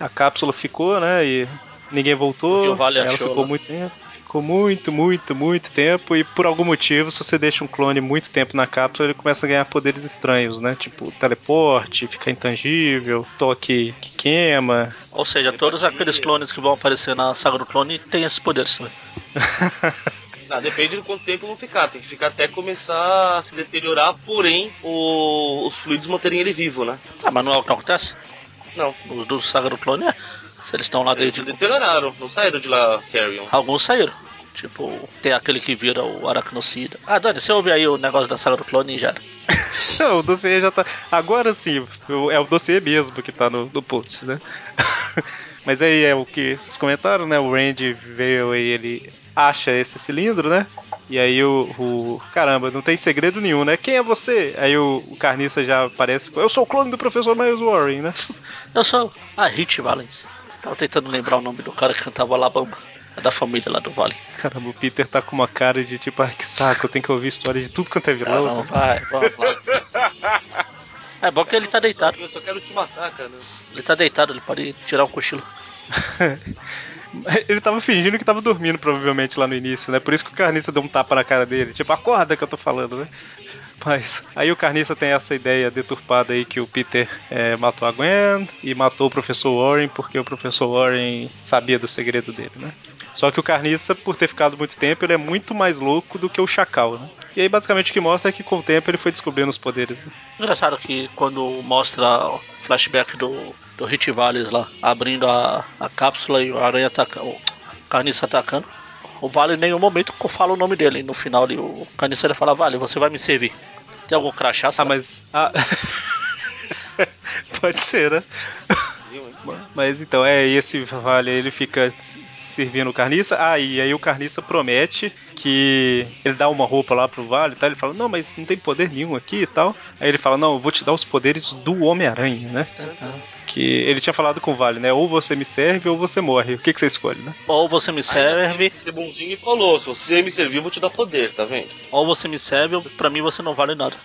A cápsula ficou, né? E ninguém
O
voltou.
Rio Vale
ela
achou
ficou
lá.
muito tempo. Ficou muito, muito, muito tempo. E por algum motivo, se você deixa um clone muito tempo na cápsula, ele começa a ganhar poderes estranhos, né? Tipo teleporte, ficar intangível, toque que queima.
Ou seja, todos aqueles clones que vão aparecer na saga do clone têm esses poderes também.
Ah, depende de quanto tempo vão ficar. Tem que ficar até começar a se deteriorar, porém o- os fluidos manterem ele vivo, né?
Ah, mas não é o que acontece?
Não.
Os do Saga do Clone, é. Se eles estão lá
Eles
desde.
se deterioraram, não saíram de lá, Carrion.
Alguns saíram. Tipo, tem aquele que vira o aracnocida. Ah, Dani, você ouve aí o negócio da Saga do Clone e já. era.
Não, o dossiê já tá. Agora sim, o- é o dossiê mesmo que tá no, no post, né? Mas aí é o que vocês comentaram, né? O Randy veio e ele acha esse cilindro, né? E aí o, o- Caramba, não tem segredo nenhum, né? Quem é você? Aí o, o Carniça já aparece. com, Eu sou o clone do professor Miles Warren, né?
Eu sou a Hit Valens. Tava tentando lembrar o nome do cara que cantava Alabama. É da família lá do Vale.
Caramba, o Peter tá com uma cara de tipo, ah, que saco, eu tenho que ouvir história de tudo quanto é
Tá,
vilão.
não, vai, vamos lá. É bom que ele tá deitado.
Eu só quero te matar, cara.
Ele tá deitado, ele pode tirar um cochilo.
Ele tava fingindo que tava dormindo, provavelmente, lá no início, né? Por isso que o Carniça deu um tapa na cara dele. Tipo, acorda que eu tô falando, né? mais. Aí o Carniça tem essa ideia deturpada aí que o Peter é, matou a Gwen e matou o professor Warren porque o professor Warren sabia do segredo dele, né? Só que o Carniça, por ter ficado muito tempo, ele é muito mais louco do que o Chacal, né? E aí basicamente o que mostra é que com o tempo ele foi descobrindo os poderes, né?
Engraçado que quando mostra o flashback do, do Hit Valles lá, abrindo a, a cápsula e o aranha atacando, o carniça atacando, o Vale em nenhum momento fala o nome dele. No final ali, o carniça ele fala, Vale, você vai me servir. Tem algum crachá?
Ah,
sabe?
mas. ah, Pode ser, né? Mas então, é, e esse vale ele fica s- servindo o carniça. Ah, e aí o carniça promete que ele dá uma roupa lá pro vale e tal. Ele fala: Não, mas não tem poder nenhum aqui e tal. Aí ele fala: Não, eu vou te dar os poderes do Homem-Aranha, né? Que ele tinha falado com o vale, né? Ou você me serve ou você morre. O que, que você escolhe, né?
Ou você me serve,
Ser bonzinho e falou: se você me servir, eu vou te dar poder, tá vendo?
ou você me serve, ou pra mim você não vale nada.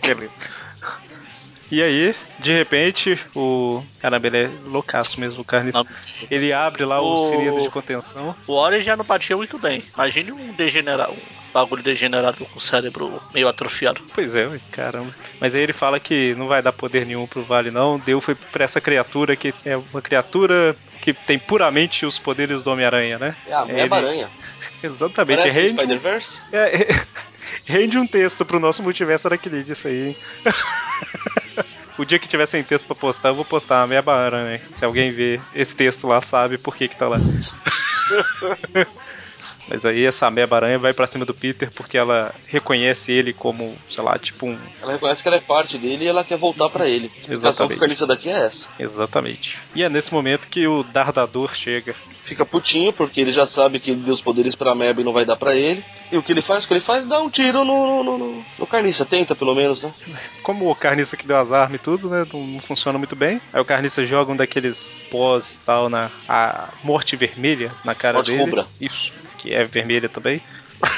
Beleza. E aí, de repente, o. Caramba, ele é loucaço mesmo, o carniça.
Não.
Ele abre lá o
O-
cilindro de contenção.
O Warren já não batia muito bem. Imagine um degenerado, um bagulho degenerado com o cérebro meio atrofiado.
Pois é, ué, caramba. Mas aí ele fala que não vai dar poder nenhum pro Vale, não. Deu foi pra essa criatura que é uma criatura que tem puramente os poderes do Homem-Aranha, né?
É a
Ele-
minha baranha.
Exatamente.
Parece
Rende,
Spider-Verse?
é, rende um texto pro nosso multiverso Aracnide, isso aí, hein? O dia que tiver sem texto pra postar, eu vou postar a meia aranha. Se alguém vê esse texto lá, sabe por que que tá lá. Mas aí essa ameba aranha vai pra cima do Peter porque ela reconhece ele como, sei lá, tipo um
Ela reconhece que ela é parte dele e ela quer voltar pra ele. A explicação
Exatamente.
que carniça daqui é essa.
Exatamente. E é nesse momento que o Dardador chega.
Fica putinho porque ele já sabe que ele deu os poderes pra Meb e não vai dar pra ele. E o que ele faz? O que ele faz? Dá um tiro no, no, no, no carniça. Tenta pelo menos, né?
Como o Carniça que deu as armas e tudo, né? Não, não funciona muito bem. Aí o Carniça joga um daqueles pós tal na a morte vermelha na cara
Morte
dele.
rubra.
Isso, que é vermelha também.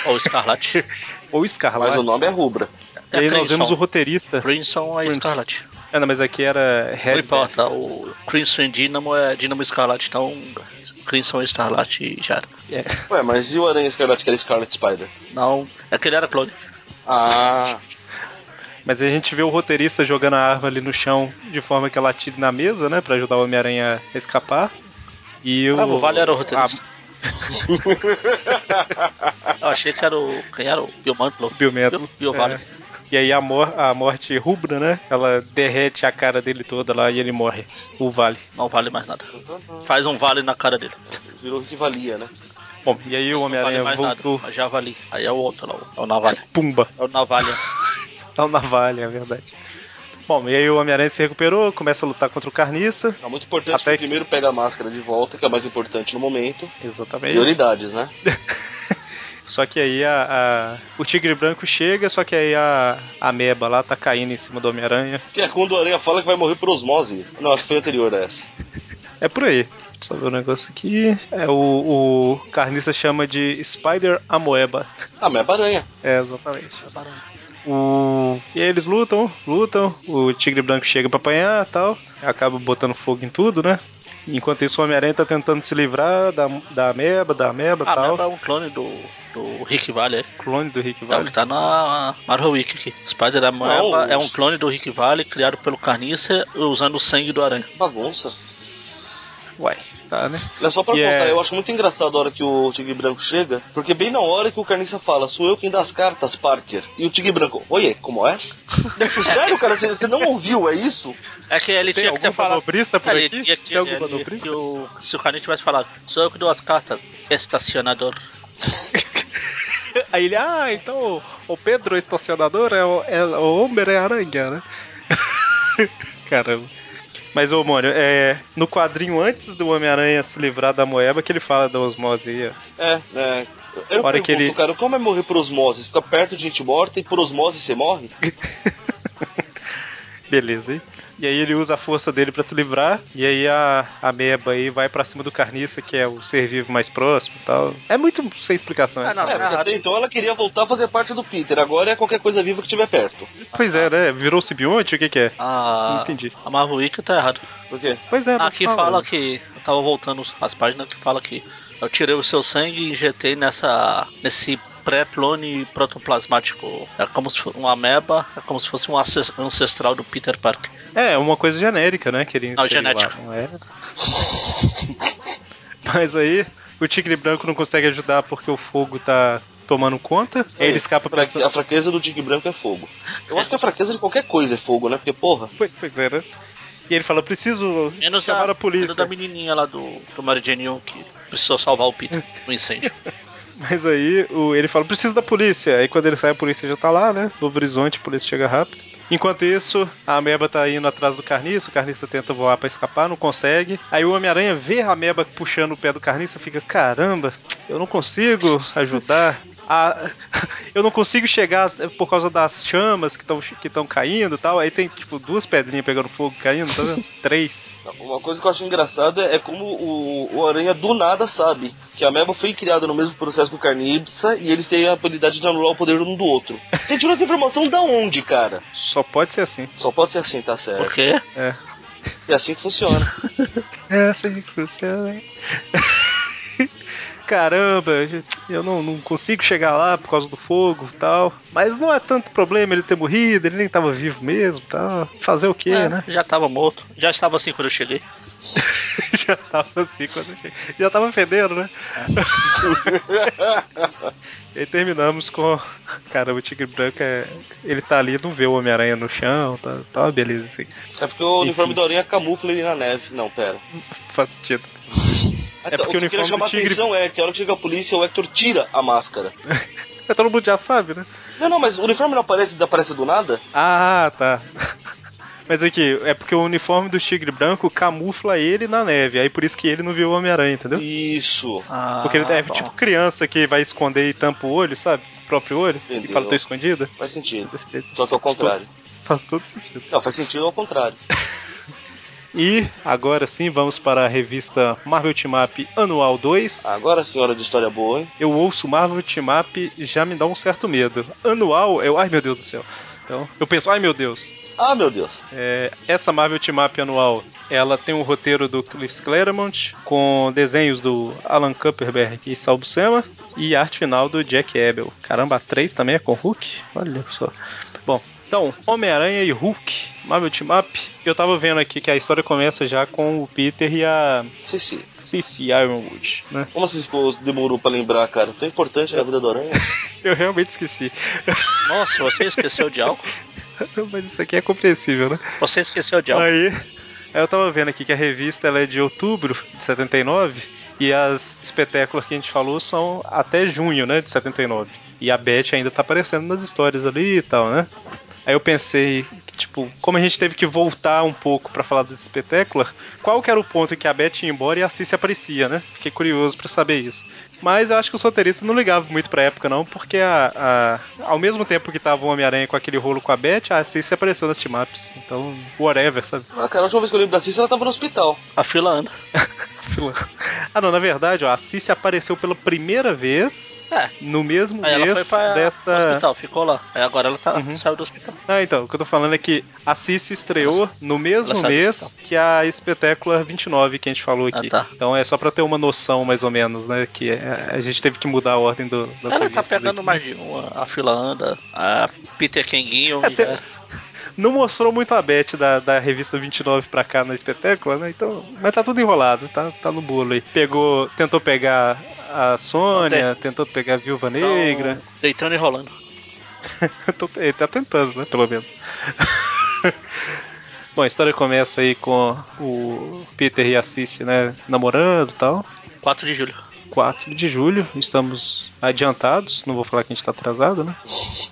Ou escarlate.
Ou
Mas
escarlate.
o nome é Rubra.
E aí nós
Crimson.
vemos o roteirista.
Crimson é
Crimson.
escarlate.
Ah, não, mas aqui era
Não
Red.
importa, tá? o Crimson e Dynamo é Dynamo Escarlate, então Crimson é Escarlate e já era.
É.
Ué, mas e o Aranha Escarlate que era Scarlet Spider?
Não, é que ele era clone.
Ah,
Mas a gente vê o roteirista jogando a arma ali no chão de forma que ela atire na mesa, né? Pra ajudar o Homem-Aranha a escapar. E o.
Ah, o Vale era o roteirista. Eu achei que era o. Quem era? O Bill Mantlo.
Bill Mantlo.
Bill Vale.
É. E aí a, mor- a morte rubra, né? Ela derrete a cara dele toda lá e ele morre. O vale.
Não vale mais nada. Faz um vale na cara dele.
virou que valia, né?
Bom, e aí o
Não vale
Homem-Aranha
mais
voltou.
nada. Mas já vale. Aí é o outro lá, o- é o Navalha.
Pumba.
É o Navalha.
Tá o navalha, é verdade. Bom, e aí o Homem-Aranha se recuperou, começa a lutar contra o Carniça.
É muito importante
Até
que primeiro pega a máscara de volta, que é o mais importante no momento.
Exatamente.
Prioridades, né?
Só que aí a, a- o Tigre Branco chega, só que aí a a ameba lá tá caindo em cima do Homem-Aranha.
Que é quando o Aranha fala que vai morrer por osmose. Não, acho que foi anterior a essa.
É por aí. Só ver o negócio aqui. É, o, o Carniça chama de Spider Amoeba.
Ah, mas é baranha.
É, exatamente. O... E aí eles lutam, lutam, o Tigre Branco chega pra apanhar e tal, acaba botando fogo em tudo, né? Enquanto isso o Homem-Aranha tá tentando se livrar da, da ameba, da ameba e
Ah,
tal.
lembra um clone do, do Rick Vale aí.
Clone do Rick
É o
Valley.
que tá na Marvel Wiki aqui. Spider-Man
Não,
é
os-
um clone do Rick Vale criado pelo Carniça usando o sangue do aranha.
Bagunça.
Uai, tá, né?
É só pra
Yeah.
contar, eu acho muito engraçado a hora que o Tigre Branco chega, porque bem na hora que o Carniça fala, sou eu quem dá as cartas, Parker. E o Tigre Branco, oiê, como é? Sério, cara, você- você não ouviu, é isso?
É que ele
Tem
tinha que ter
algum
falado. É,
manobrista por
Ele
aqui?
tinha que
Tem algum
ele-
manobrista?
que o- se o Carniça tivesse falado, sou eu que dou as cartas, estacionador.
Aí ele, ah, então o- o Pedro o estacionador é o, é, o Homer é a aranha, né? Caramba. Mas, ô, Mônio, é, no quadrinho antes do Homem-Aranha se livrar da moeba que ele fala da osmose aí, ó.
É, é. Eu- Eu
A hora
pergunto,
que ele-
cara, como é morrer por osmose? Fica perto de gente morta e por osmose você morre?
Beleza, hein? E aí ele usa a força dele pra se livrar, e aí a ameba aí vai pra cima do carniça, que é o ser vivo mais próximo e tal. É muito sem explicação
Ah,
essa.
não,
é, porque
errado.
até então ela queria voltar a fazer parte do Peter, agora é qualquer coisa viva que tiver perto.
Pois é, né? Virou simbionte? O que que é?
Ah,
Entendi.
A Marvel Wiki tá errado.
Por quê?
Pois é, mas
Aqui fala Ah, que. Eu tava voltando as páginas que fala que eu tirei o seu sangue e injetei nessa. nesse pré-clone protoplasmático. É como se fosse um ameba, é como se fosse um ancest- ancestral do Peter Parker.
É, uma coisa genérica, né? Que ele
Não,
inseriu lá,
genético.
não é? Mas aí o Tigre Branco não consegue ajudar porque o fogo tá tomando conta. Aí
É.
ele escapa pra
Fra- A fraqueza do Dig Branco é fogo. Eu acho que a fraqueza de qualquer coisa é fogo, né? Porque, porra,
Pois, pois é, né? E ele fala, preciso
Menos
chamar
da,
a polícia.
menos da menininha lá do, do Mary Jane 1 que precisou salvar o Peter no incêndio.
Mas aí o- ele fala, preciso da polícia. Aí quando ele sai, a polícia já tá lá, né? Novo Horizonte, a polícia chega rápido. Enquanto isso, a Ameba tá indo atrás do Carniça, o Carniça tenta voar pra escapar, não consegue. Aí o Homem-Aranha vê a Ameba puxando o pé do Carniça, fica, caramba, eu não consigo ajudar. A- eu não consigo chegar por causa das chamas que estão que tão caindo e tal. Aí tem, tipo, duas pedrinhas pegando fogo caindo, tá vendo? Três.
uma coisa que eu acho engraçada é, é como o, o Aranha do nada sabe que a Meba foi criada no mesmo processo que o Carnibsa e eles têm a habilidade de anular o poder um do outro. Você tirou essa informação da onde, cara?
Só pode ser assim.
Só pode ser assim, tá
Por
certo?
quê?
É.
É assim que funciona.
Essa é de né? Caramba, eu não, não consigo chegar lá por causa do fogo e tal. Mas não é tanto problema ele ter morrido, ele nem tava vivo mesmo e tal. Fazer o quê,
É,
né?
Já tava morto. Já estava assim quando eu cheguei.
Já tava assim quando eu cheguei. Já tava fedendo, né? e aí terminamos com. Caramba, o Tigre Branco é. Ele tá ali, não vê o Homem-Aranha no chão, tá, tá uma beleza assim.
É porque o uniforme
Enfim.
do Aranha camufla ele na neve. Não, pera.
Faz sentido. É
Então,
porque o
que eu
uniforme do
queria chamar a
tigre-
atenção é que a hora que chega a polícia, o Hector tira a máscara.
Mas Todo mundo já sabe, né?
Não, não, mas o uniforme não aparece, desaparece do nada?
Ah, tá. Mas aqui, é porque o uniforme do Tigre Branco camufla ele na neve, aí por isso que ele não viu o Homem-Aranha, entendeu?
Isso.
Porque ele é
tá.
bom.
tipo criança que vai esconder e tampa o olho, sabe? O próprio olho, e
Entendeu.
fala, tô escondida.
Faz sentido.
Desse jeito.
Só que ao
Faz todo-
contrário.
Faz todo sentido.
Não, faz sentido ao contrário.
E agora sim, vamos para a revista Marvel Team Up Anual 2.
Agora, senhora de história boa, hein?
Eu ouço Marvel Team Up e já me dá um certo medo. Anual, eu. Ai meu Deus do céu. Então, eu penso, ai meu Deus,
Ah, meu Deus.
É, essa Marvel Team Up anual, ela tem o roteiro do Chris Claremont, com desenhos do Alan Kupperberg e Sal Buscema, e arte final do Jack Ebel. Caramba, a 3 também é com Hulk? Olha só. Bom, então, Homem-Aranha e Hulk, Marvel Team Up. Eu tava vendo aqui que a história começa já com o Peter e a
Cici.
Cici Ironwood, né?
Como essa esposa demorou pra lembrar, cara? Tão importante na vida do Aranha.
Eu realmente esqueci.
Nossa, você esqueceu de algo?
Mas isso aqui é compreensível, né?
Você esqueceu de algo?
Aí, aí eu tava vendo aqui que a revista ela é de outubro de 79 e as espetáculos que a gente falou são até junho, né, de 79. E a Beth ainda tá aparecendo nas histórias ali e tal, né? Aí eu pensei, que, tipo, como a gente teve que voltar um pouco pra falar desse espetáculo, qual que era o ponto em que a Beth ia embora e a Cici aparecia, né? Fiquei curioso pra saber isso. Mas eu acho que os roteiristas não ligavam muito pra época, não, porque a, a- ao mesmo tempo que tava o Homem-Aranha com aquele rolo com a Beth, a Cici apareceu nas team-ups. Então, whatever, sabe?
Ah, cara, a última vez que eu lembro da Cici, ela tava no hospital.
A fila anda.
Fila. Ah, não, na verdade, ó, a Cici apareceu pela primeira vez
É.
no mesmo
Aí ela foi
mês
pra pro
dessa.
hospital, ficou lá. Aí agora ela tá,
Uhum.
saiu do hospital.
Ah, então, o que eu tô falando é que a Cici estreou no mesmo
ela saiu do
mês que a Espetácula 29 que a gente falou
Ah,
aqui.
tá.
Então é só pra ter uma noção, mais ou menos, né? Que é- a gente teve que mudar a ordem do, das
ela tá
revistas
pegando
aqui.
mais de uma. A fila anda. A Peter Kenguinho.
É, tem-
já-
Não mostrou muito a Beth da, da revista 29 pra cá na espetácula, né? Então, mas tá tudo enrolado, tá, tá no bolo aí. Pegou, tentou pegar a Sônia, tentou pegar a Viúva Negra.
Tão tá Deitando e rolando.
Tô- Ele tá tentando, né? Pelo menos. Bom, a história começa aí com o Peter e a Cici, né? Namorando e tal.
4 de julho.
4 de julho, estamos adiantados. Não vou falar que a gente tá atrasado, né?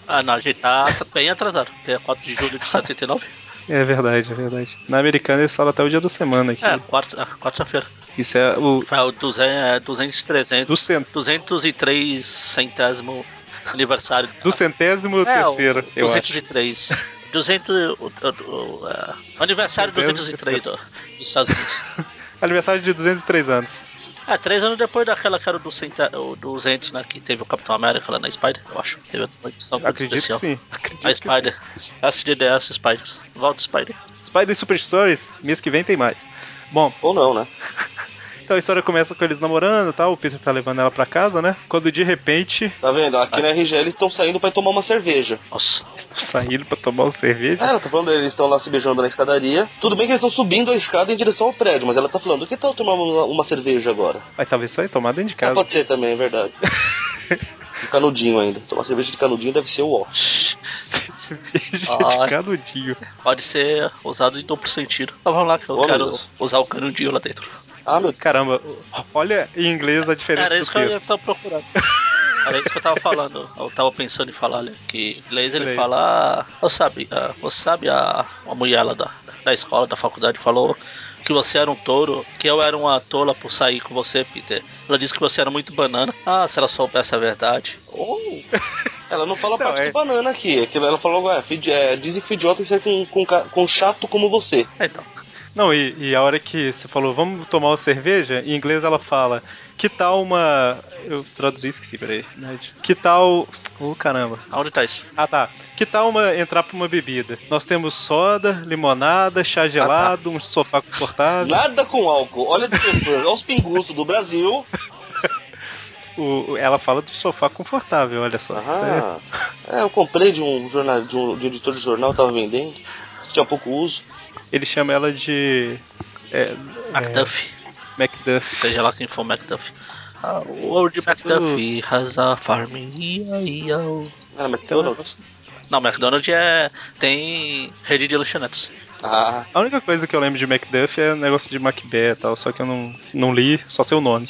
Ah, não, a gente tá tá bem atrasado. Porque é 4 de julho de 79.
É verdade, é verdade. Na americana eles falam até o dia da semana aqui.
É, quarta- ah, quarta-feira.
Isso é o
Foi o 200, é, 200, 300.
do, cen-
203 centésimo aniversário.
do centésimo
É, o
terceiro, eu acho.
203. 200, o, o- o- é, aniversário 203 do, dos Estados Unidos.
Aniversário de 203 anos.
É, três anos depois daquela que era do, centa, o 200, né? Que teve o Capitão América lá na Spider, eu acho. Teve uma edição muito
Acredito
especial.
que sim. Acredito
A
que sim.
Spider. SDDS Spiders. Volta Spider.
Spider Super Stories, mês que vem tem mais. Bom,
Ou não, né?
Então a história começa com eles namorando e tal, o Peter tá levando ela pra casa, né? Quando de repente
Tá vendo? Aqui na RG eles estão saindo pra tomar uma cerveja.
Nossa.
estão saindo pra tomar uma cerveja.
Ela tá falando, eles estão lá se beijando na escadaria. Tudo bem que eles estão subindo a escada em direção ao prédio, mas ela tá falando, que tal tomar uma, uma cerveja agora?
Ah.
Mas talvez só aí tomar dentro de
Ah,
casa.
pode ser também, é verdade. De canudinho ainda. Tomar cerveja de canudinho deve ser o ó.
cerveja
Ah.
de canudinho.
Pode ser usado em duplo sentido. Mas vamos lá, que eu
Vamos.
quero usar o canudinho lá dentro.
Ah, meu
Caramba, olha em inglês a diferença
Era
do
isso é que eu
texto.
estava procurando. Era isso que eu tava falando. Eu tava pensando em falar, né? Que em inglês ele
Peraí.
fala. Ah, você sabe, ah, você sabe a, a mulher lá da, da escola, da faculdade, falou que você era um touro, que eu era uma tola por sair com você, Peter. Ela disse que você era muito banana. Ah, se ela soubesse a verdade.
Oh. Ela não fala a
Não,
parte
é-
de banana aqui. Aquilo ela falou, ah, fid- é, dizem que idiota tem que ser com, com, ca- com chato como você.
É, Então,
Não, e, e a hora que você falou, vamos tomar uma cerveja, em inglês ela fala, que tal uma. Eu traduzi, esqueci, peraí. Que tal. Ô caramba.
aonde tá isso?
Ah tá. Que tal uma entrar pra uma bebida? Nós temos soda, limonada, chá gelado, um sofá confortável.
Nada com álcool. Olha a diferença. Olha os pinguços do Brasil.
O- o- ela fala do sofá confortável, olha só. Isso é-
Ah, é, eu comprei de um jornal, de um de um editor de jornal, tava vendendo. Tinha pouco uso.
Ele chama ela de. É,
MacDuff.
é, Macduff.
Seja lá quem for MacDuff. Ah, Old
Isso- é
MacDuff has a farm. ia, ia, oh.
Era
Então,
McDonald's.
Não, McDonald's é. tem rede de lanchonetes.
Ah,
A única coisa que eu lembro de Macduff é o negócio de Macbeth e tal, só que eu não, não li, só sei o nome.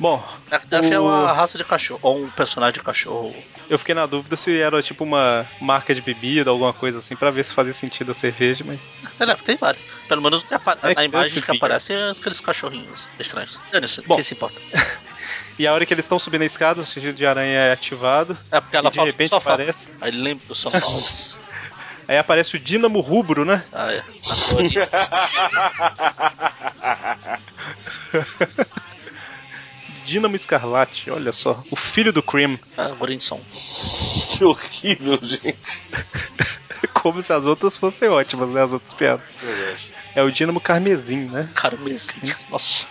Bom,
MacDuff é
O-
uma raça de cachorro, ou um personagem de cachorro.
eu fiquei na dúvida se era tipo uma marca de bebida, alguma coisa assim, pra ver se fazia sentido a cerveja, mas.
É, né, tem vários. Pelo menos que apa-
É que
na imagem
Duff
que
fica.
aparece é aqueles cachorrinhos estranhos. Dane-se,
Bom.
quem se importa?
E a hora que eles estão subindo a escada, o sigilo de aranha é ativado,
É porque
e
ela
de
fala
repente
só fala.
aparece.
Aí lembra do sofá. antes.
Aí aparece o Dínamo Rubro, né?
ah, é. Na cor ali.
Dínamo Escarlate, olha só. O filho do Cream.
Ah, Brinson.
que horrível, gente.
Como se as outras fossem ótimas, né? As outras piadas. É o Dínamo Carmesim, né?
Cara, mesmo. Nossa.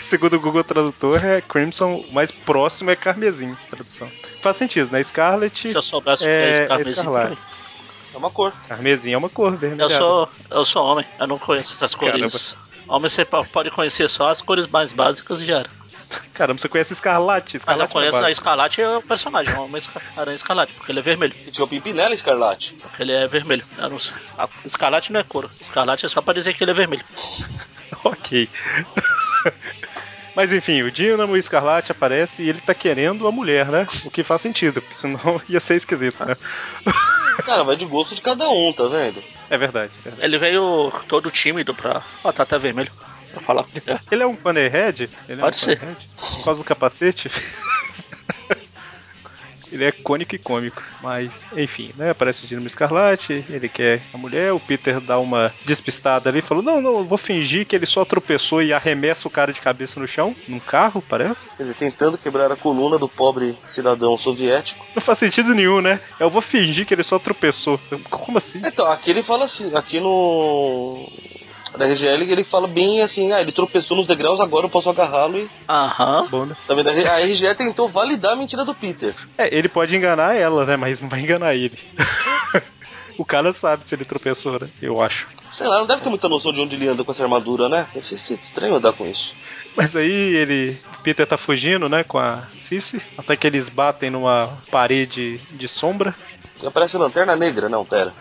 Segundo o Google Tradutor, é Crimson, o mais próximo é Carmesim, tradução. Faz sentido, né? Scarlet,
Se eu soubesse o que
É,
é esse carmesim.
escarlate.
É uma cor.
Carmesim é uma cor vermelha.
Eu sou, eu sou homem, eu não conheço essas
Caramba.
cores. Homem você po- pode conhecer só as cores mais básicas e já era.
Caramba, você conhece Escarlate?
Mas eu
Escarlate
conheço
é
a
básico.
escarlate é o personagem, o homem esca- aranha escarlate, porque ele é vermelho.
Que tinha o Pimpinela Escarlate.
Porque ele é vermelho. Eu não sei. A- escarlate não é cor. Escarlate é só pra dizer que ele é vermelho.
Ok. Mas enfim, o Dínamo Escarlate aparece e ele tá querendo a mulher, né? O que faz sentido, porque senão ia ser esquisito, né?
Cara, vai de gosto de cada um, tá vendo?
É verdade. é verdade.
Ele veio todo tímido pra. Ó, tá até vermelho. Pra falar. É.
Ele é um Pannerhead? Ele
Pode
é um
ser.
Pannerhead? Por causa do capacete? ele é cônico e cômico. Mas, enfim, né? Aparece o Dínamo Escarlate, ele quer a mulher, o Peter dá uma despistada ali, falou: Não, não, eu vou fingir que ele só tropeçou e arremessa o cara de cabeça no chão, num carro, parece.
Quer dizer, tentando quebrar a coluna do pobre cidadão soviético.
Não faz sentido nenhum, né? Eu vou fingir que ele só tropeçou. Eu, Como assim?
Então, aqui ele fala assim, aqui no. Da RGL ele fala bem assim, ah, ele tropeçou nos degraus, agora eu posso agarrá-lo e.
Aham.
Bom, né?
Também a RGE tentou validar a mentira do Peter.
É, ele pode enganar ela, né? Mas não vai enganar ele. o cara sabe se ele tropeçou, né? Eu acho.
Sei lá, não deve ter muita noção de onde ele anda com essa armadura, né? Deve ser estranho andar com isso.
Mas aí ele. O Peter tá fugindo, né? Com a Cici. Até que eles batem numa parede de sombra.
E aparece a lanterna negra, não, pera.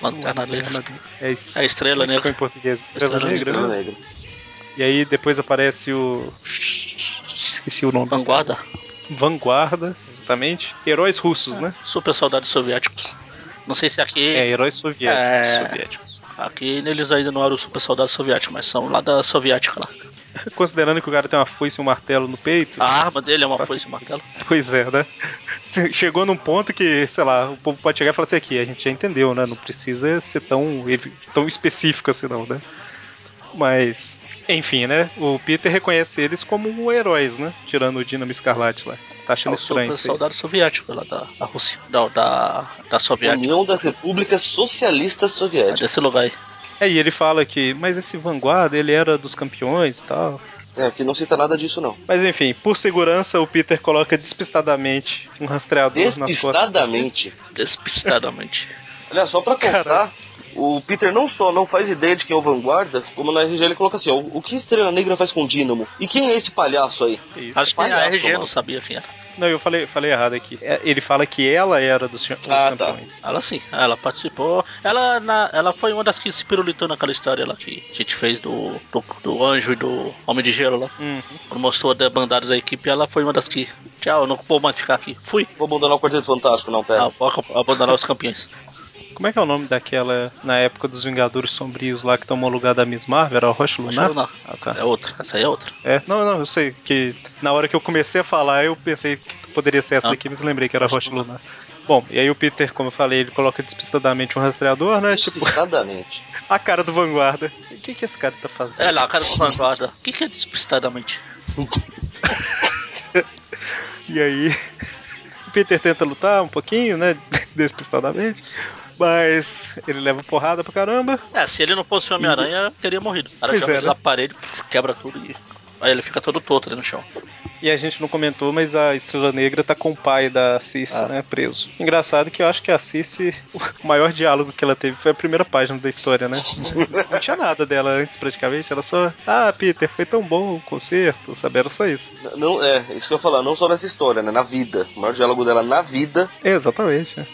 Lanterna negra.
É, isso.
A estrela
Como é que ficou
negra.
em português? Estrela,
Estrela
negra.
Lanterna
né?
negra.
E aí depois aparece o. Esqueci o nome.
Vanguarda.
Vanguarda, exatamente. Heróis russos, né?
Super soldados soviéticos. Não sei se aqui.
É, heróis soviéticos.
É.
soviéticos.
Aqui eles ainda não eram super soldados soviéticos, mas são lá da soviética lá.
Considerando que o cara tem uma foice e um martelo no peito.
A arma dele é uma
Faz
foice e um martelo.
Pois é, né? Chegou num ponto que, sei lá, o povo pode chegar e falar assim, aqui, a gente já entendeu, né? Não precisa ser tão, evi- tão específico assim não, né? Mas, enfim, né? O Peter reconhece eles como heróis, né? Tirando o Dínamo Escarlate lá. Tá
É
achando
o
estranho
super
isso aí.
soldado soviético lá da, da Rússia. Da, da, da soviética.
União das Repúblicas Socialistas Soviéticas.
Desse lugar aí.
É, e ele fala que, mas esse vanguarda, ele era dos campeões e tal.
É, que não cita nada disso, não.
Mas enfim, por segurança, o Peter coloca despistadamente um rastreador nas costas.
Despistadamente.
Despistadamente.
Olha, só pra constar, o Peter não só não faz ideia de quem é o Vanguarda, como na RG ele coloca assim, ó, o que Estrela Negra faz com o Dínamo? E quem é esse palhaço aí?
Isso.
Acho que é a
Palhaço,
RG não
mano.
sabia quem era.
Não, eu falei, falei errado aqui. É, Ele fala que ela era dos, chi- dos
Ah, tá.
campeões.
Ela sim, ela participou. Ela, na- ela foi uma das que se pirulitou naquela história lá que a gente fez do, do, do anjo e do homem de gelo lá.
Uhum.
Quando mostrou a debandada da equipe, ela foi uma das que. Tchau, não vou mais ficar aqui. Fui.
Vou abandonar o Quarteto Fantástico, não,
É.
pera.
Ah, vou ac- abandonar os campeões.
Como é que é o nome daquela na época dos Vingadores Sombrios lá que tomou o lugar da Miss Marvel? Era a Rocha Lunar?
Rocha Lunar.
Ah, tá.
É outra, essa aí é outra.
É, não, não, eu sei que na hora que eu comecei a falar, eu pensei que poderia ser essa
Ah.
daqui, mas lembrei que era a Rocha Lunar. Bom, e aí o Peter, como eu falei, ele coloca despistadamente um rastreador, né? Tipo,
Despistadamente.
a cara do vanguarda. O que, que esse cara tá fazendo?
É lá, cara do vanguarda. O que, que é despistadamente?
E aí, o Peter tenta lutar um pouquinho, né? Despistadamente. Mas ele leva porrada pra caramba.
É, se ele não fosse o Homem-Aranha, teria morrido. O cara
Uhum. Pois
joga
é,
ele
né?
na parede, puf, quebra tudo e. Aí ele fica todo torto ali no chão.
E a gente não comentou, mas a Estrela Negra tá com o pai da Cici,
Ah.
né? Preso. Engraçado que eu acho que a Cici, o maior diálogo que ela teve foi a primeira página da história, né? Não tinha nada dela antes, praticamente. Ela só, ah, Peter, foi tão bom o concerto, sabe? Era só isso.
N- Não, é, isso que eu ia falar, não só nessa história, né? Na vida. O maior diálogo dela na vida.
É, exatamente. né?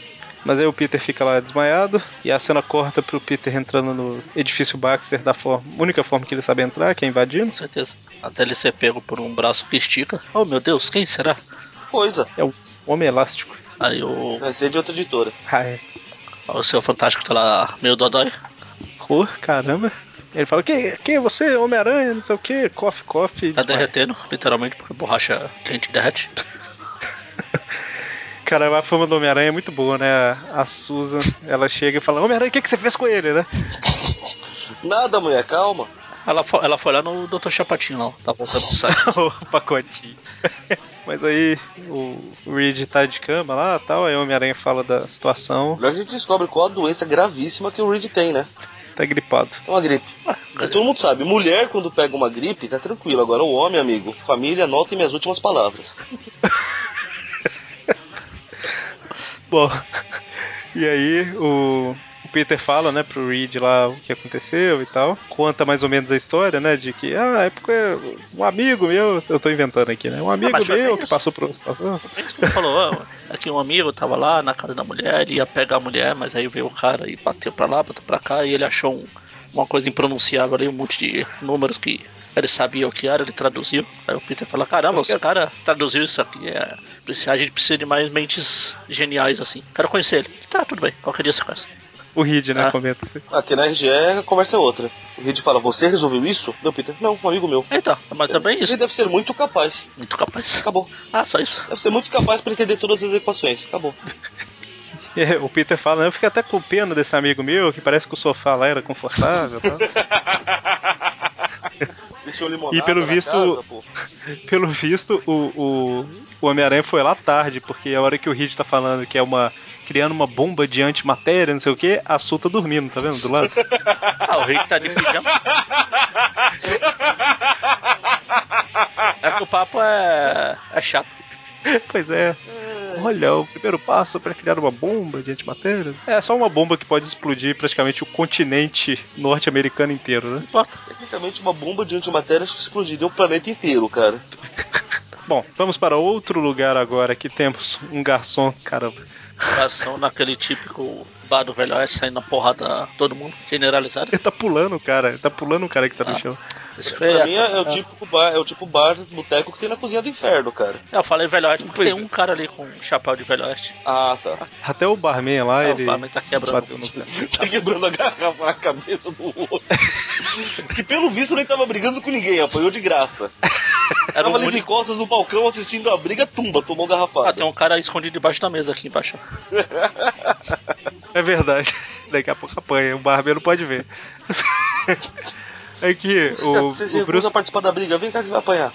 Mas aí o Peter fica lá desmaiado e a cena corta pro Peter entrando no edifício Baxter da forma, única forma que ele sabe entrar, que é invadindo.
Com certeza. Até ele ser pego por um braço que estica. Oh meu Deus, quem será?
Coisa.
É o Homem Elástico.
Aí o,
Vai ser de outra editora.
Ah, é.
o seu fantástico tá lá meio dodói.
Pô, caramba. Ele fala, que, que é você, Homem-Aranha, não sei o que, coffee, coffee.
Tá
Desmaia.
derretendo, literalmente, porque borracha quente derrete.
Cara, a fama do Homem-Aranha é muito boa, né? A Susan, ela chega e fala, Homem-Aranha, o que, que você fez com ele, né?
Nada, mulher, calma.
Ela, fo- ela foi lá no Dr. Chapatinho lá, tá voltando pro site.
o pacotinho. Mas aí o Reed tá de cama lá tal, aí o Homem-Aranha fala da situação,
Agora a gente descobre qual a doença gravíssima que o Reed tem, né?
tá gripado.
É uma gripe.
Ah,
Mas todo mundo sabe, mulher quando pega uma gripe, tá tranquilo. Agora o homem, amigo, família, anotem minhas últimas palavras.
Bom, e aí o, o Peter fala, né, pro Reed lá o que aconteceu e tal. Conta mais ou menos a história, né, de que, ah, é porque um amigo meu, eu tô inventando aqui, né, um amigo
Ah, mas foi
meu
bem
que
isso.
passou por uma situação.
Isso que ele falou, ó, é que um amigo tava lá na casa da mulher, ele ia pegar a mulher, mas aí veio o cara e bateu pra lá, bateu pra cá, e ele achou um- uma coisa impronunciável ali, um monte de números que ele sabia o que era, ele traduziu. Aí o Peter fala, caramba, esse cara traduziu isso aqui, é, precisa- a gente precisa de mais mentes geniais assim. Quero conhecer ele. Tá, tudo bem, qualquer dia você conhece.
O Reed, né,
Ah.
comenta assim.
Aqui na RGE a conversa é outra. O Reed fala, você resolveu isso? Deu Peter, não, um amigo meu.
Então, mas
É
também isso.
Ele deve ser muito capaz.
Muito capaz.
Acabou.
Ah, só isso.
Deve ser muito capaz pra entender todas as equações. Acabou.
É, o Peter fala, eu fiquei até com pena desse amigo meu, que parece que o sofá lá era confortável. Tá?
Deixou limonada
E pelo
na
visto-
casa, pô.
Pelo visto, o, o, o Homem-Aranha foi lá tarde, porque a hora que o Reed tá falando que é uma. criando uma bomba de antimatéria, não sei o que, a Sul tá dormindo, tá vendo? Do lado.
Ah, o Rick tá de pijama. É que o papo é, é chato.
pois é. Olha, o primeiro passo pra criar uma bomba de antimatéria. É só uma bomba que pode explodir praticamente o continente norte-americano inteiro, né?
Não importa.
Tecnicamente uma bomba de antimatéria explodiria o planeta inteiro, cara.
Bom, vamos para outro lugar agora que temos um garçom. Caramba.
Ação naquele típico bar do velho oeste saindo na porrada todo mundo, generalizado.
Ele tá pulando o cara, ele tá pulando o cara que tá
Ah.
no chão.
Isso
Pra
foi-
mim é, é o típico bar, é o tipo bar boteco que tem na cozinha do inferno, cara.
"Ah, Eu falei velho oeste porque
Pois
tem
é.
um cara ali com um chapéu de velho oeste.
Ah, tá.
Até o barman lá,
É, o
ele
barman tá quebrando.
bateu no cara.
Tá quebrando a, garrafa, a cabeça do outro. que pelo visto nem tava brigando com ninguém, apanhou de graça.
Era o
tava ali de
único.
costas no balcão assistindo a briga, tumba, tomou
Ah,
garrafada.
tem um cara escondido debaixo da mesa aqui embaixo.
É verdade. Daqui a pouco apanha, o barman não pode ver. É que o,
Você se
o
recusa
Bruce então,
a participar da briga, vem cá que você vai apanhar.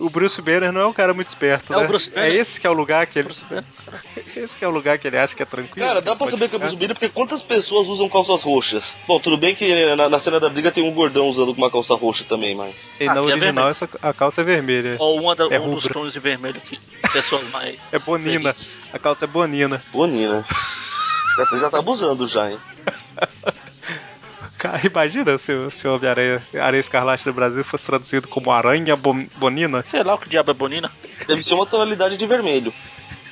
o Bruce Banner não é um cara muito esperto,
É o
né?
Bruce
é
Banner.
esse que é o lugar que ele.
Bruce Banner.
Esse que é o lugar que ele acha que é tranquilo.
Cara,
que
dá
ele
pra
pode
saber que é o
ficar.
Bruce Banner porque quantas pessoas usam calças roxas? Bom, tudo bem que né, na, na cena da briga tem um gordão usando uma calça roxa também, mas.
E
Ah,
na
que é
original
vermelho.
essa, a calça é vermelha.
Ou uma da-
É
um dos
rubra.
tons de vermelho que pessoas mais.
É bonina.
felizes.
A calça é bonina.
Bonina. Já, já tá abusando já, hein?
Cara, imagina se, o- se o Homem-Aranha Areia Escarlate do Brasil fosse traduzido como Aranha Bo- Bonina.
Sei lá o que diabo é bonina.
Deve ser uma tonalidade de vermelho.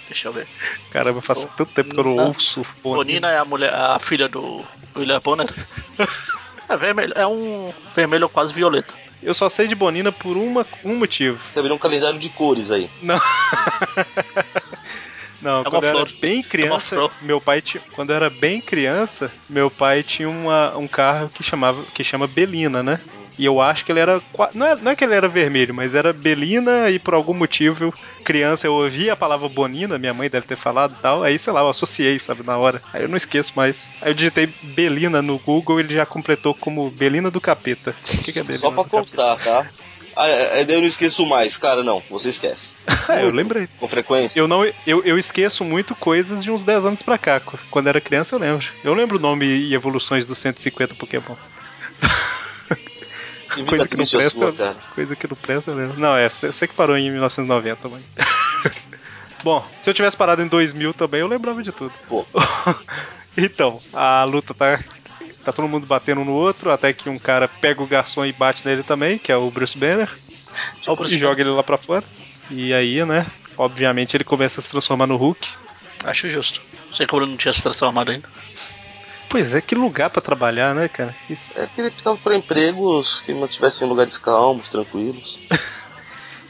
Deixa eu ver.
Caramba, faz tanto tempo que eu não
Bonina.
ouço
Bonina é a mulher, a filha do William Bonner. É vermelho, é um vermelho quase violeta.
Eu só sei de Bonina por uma, um motivo.
Você virou um calendário de cores aí.
Não. Não,
É uma
quando eu era
flor.
bem criança,
É uma flor.
meu pai tinha, quando eu era bem criança, meu pai tinha uma, um carro que chamava que chama Belina, né? E eu acho que ele era qua- não é, não é que ele era vermelho, mas era Belina e por algum motivo eu- criança eu ouvia a palavra Bonina, minha mãe deve ter falado, e tal, aí sei lá, eu associei, sabe, na hora. Aí eu não esqueço mais. Aí eu digitei Belina no Google, ele já completou como Belina do Capeta. O que, que é Belina?
Só pra
do Capeta?
constar, tá? Ah, é, é, daí eu não esqueço mais. Cara, não, você esquece.
Ah, eu lembrei.
Com frequência.
Eu não eu, eu esqueço muito coisas de uns 10 anos pra cá. co- Quando era criança eu lembro. Eu lembro o nome e evoluções dos 150 Pokémons.
Que vida
Coisa que não
triste a
presta.
sua, cara.
Coisa que não presta, eu lembro. Não, é, você você que parou em 1990, mãe. Bom, se eu tivesse parado em 2000 também, eu lembrava de tudo.
Pô.
então, a luta tá tá todo mundo batendo um no outro, até que um cara pega o garçom e bate nele também, que é o Bruce Banner.
o
e
Bruce
joga ele lá pra fora. E aí, né, obviamente ele começa a se transformar no Hulk.
Acho justo. Sei que o Bruno não tinha se transformado ainda.
Pois é, que lugar pra trabalhar, né, cara? Que
É porque ele precisava pra empregos que mantivessem lugares calmos, tranquilos.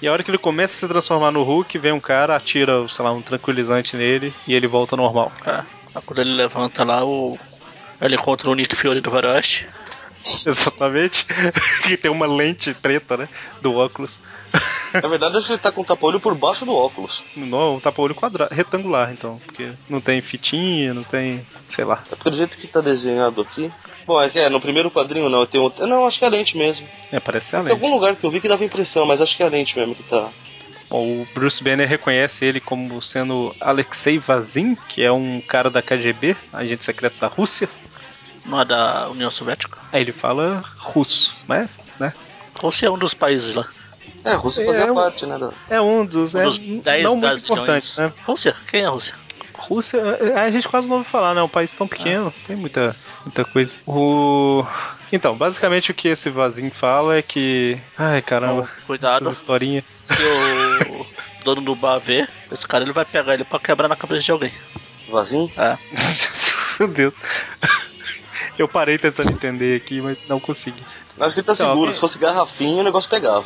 E a hora que ele começa a se transformar no Hulk, vem um cara, atira, sei lá, um tranquilizante nele e ele volta ao normal.
É. Mas Quando ele levanta lá, o... ele encontra o Nick Fury do Varoeste.
Exatamente. que tem uma lente preta, né? Do óculos.
Na verdade, acho que ele tá com o tapolho por baixo do óculos.
Não, um tapa-olho quadrado, retangular, então. Porque não tem fitinha, não tem. sei lá.
É porque do jeito que tá desenhado aqui. Bom, é que é, no primeiro quadrinho não, tem outro. Não, acho que é a lente mesmo.
É, parece ser a
Tem
lente.
algum lugar que eu vi que dava impressão, mas acho que é a lente mesmo que tá.
Bom, o Bruce Banner reconhece ele como sendo Alexei Vazin, que é um cara da KGB, agente secreto da Rússia.
Não é da União Soviética.
Aí ele fala russo, mas, né?
Ou se é um dos países lá.
É, a Rússia
É,
fazia
é um-
parte, né? Da...
É um dos.
Um
é
dos
n-
10
não muito
gazilhões.
importante, né?
Rússia? Quem é a Rússia?
Rússia, é, a- a gente quase não ouve falar, né? Um país tão pequeno,
Ah.
tem muita, muita coisa. O... Então, basicamente o que esse vazinho fala é que. Ai caramba,
Cuidado.
essas historinhas.
Se o dono do bar ver, esse cara ele vai pegar ele pra quebrar na cabeça de alguém.
Vazinho?
É.
Meu Deus. Eu parei tentando entender aqui, mas não consegui.
Acho que ele tá
Então,
seguro,
é-
se fosse garrafinha o negócio pegava.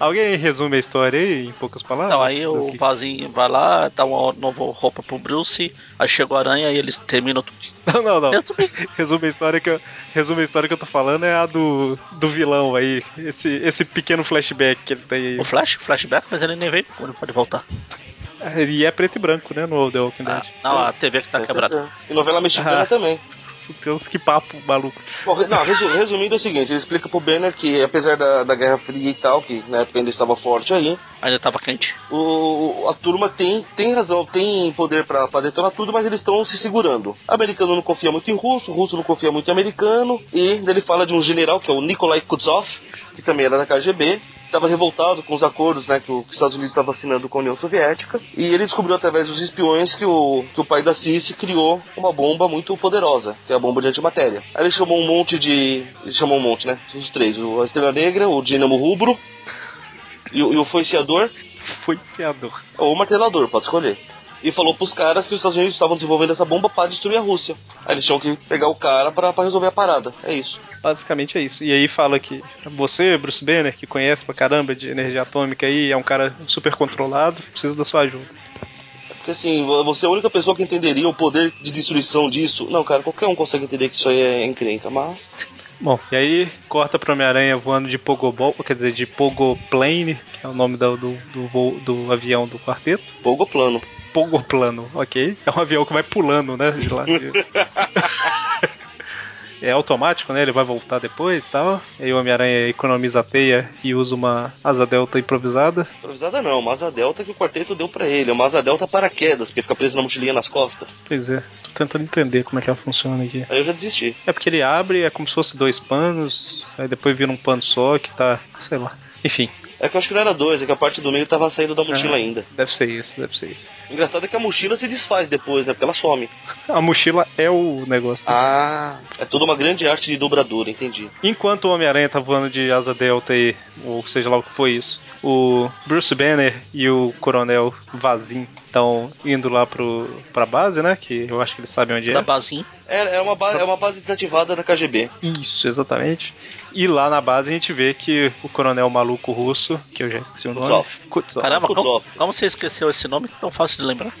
Alguém resume a história aí em poucas palavras?
Então aí
Do
o
que-
Vazinho vai lá, dá uma nova roupa pro Bruce, aí chega o Aranha e eles terminam tudo.
Não, não, não.
Resume.
Resume a história que eu, resume a história que eu tô falando é a do, do vilão aí. Esse, esse pequeno flashback que ele tem aí.
O Flash, flashback, mas ele nem veio, ele pode voltar.
E é preto e branco, né? No The Walking
Ah,
Dead.
não, a TV que tá quebrada.
E novela mexicana
Ah.
também.
Deus, que papo maluco.
Bom, re- não, resu- resumindo é o seguinte, ele explica pro Banner que apesar da, da Guerra Fria e tal, que na época ainda estava forte aí,
Ainda tava quente.
o, a turma tem, tem razão, tem poder pra pra detonar tudo, mas eles estão se segurando. Americano não confia muito em russo, russo não confia muito em americano, e ele fala de um general que é o Nikolai Kutuzov, que também era da KGB. Estava revoltado com os acordos né, que, o- que os Estados Unidos estava assinando com a União Soviética. E ele descobriu através dos espiões que o, que o pai da Cici criou uma bomba muito poderosa, que é a bomba de antimatéria. Aí ele chamou um monte de. Ele chamou um monte, né? Os três: o- a Estrela Negra, o Dínamo Rubro e, o- e o Foiciador
Foi enceador.
ou martelador, pode escolher. E falou pros caras que os Estados Unidos estavam desenvolvendo essa bomba pra destruir a Rússia. Aí eles tinham que pegar o cara pra, pra resolver a parada. É isso.
Basicamente é isso. E aí fala que você, Bruce Banner, que conhece pra caramba de energia atômica aí, é um cara super controlado, precisa da sua ajuda.
É Porque assim, vo- você é a única pessoa que entenderia o poder de destruição disso. Não, cara, qualquer um consegue entender que isso aí é encrenca, mas.
Bom, e aí corta pra Homem-Aranha voando de Pogobol, quer dizer, de Pogoplane, que é o nome do, do, do, voo- do avião do quarteto.
Fogo plano.
Pogoplano, ok? É um avião que vai pulando, né? De lá. é automático, né? Ele vai voltar depois e tal. E aí o Homem-Aranha economiza a teia e usa uma asa delta improvisada.
Improvisada não, uma asa delta que o quarteto deu pra ele. É uma asa delta paraquedas, porque fica preso na mochilinha nas costas.
Pois é, tô tentando entender como é que ela funciona aqui.
Aí eu já desisti.
É porque ele abre, é como se fosse dois panos, aí depois vira um pano só que tá, sei lá. Enfim,
É que eu acho que não era dois, é que a parte do meio tava saindo da mochila
Ah.
ainda.
deve ser isso, deve ser isso.
O engraçado é que a mochila se desfaz depois, né? Porque ela some.
A mochila é o negócio. né?
Ah, é toda uma grande arte de dobradura, entendi.
Enquanto o Homem-Aranha tá voando de asa delta e, ou seja lá o que foi isso, o Bruce Banner e o Coronel Vazin estão indo lá pro, pra base, né? Que eu acho que eles sabem onde
Na
é.
basinha.
É, é, uma base, é uma base desativada da KGB.
Isso, exatamente. E lá na base a gente vê que o coronel maluco russo, que eu já esqueci o nome.
Kuznetsov.
Kuznetsov.
Caramba,
Kuznetsov.
como, como você esqueceu esse nome? Tão fácil de lembrar.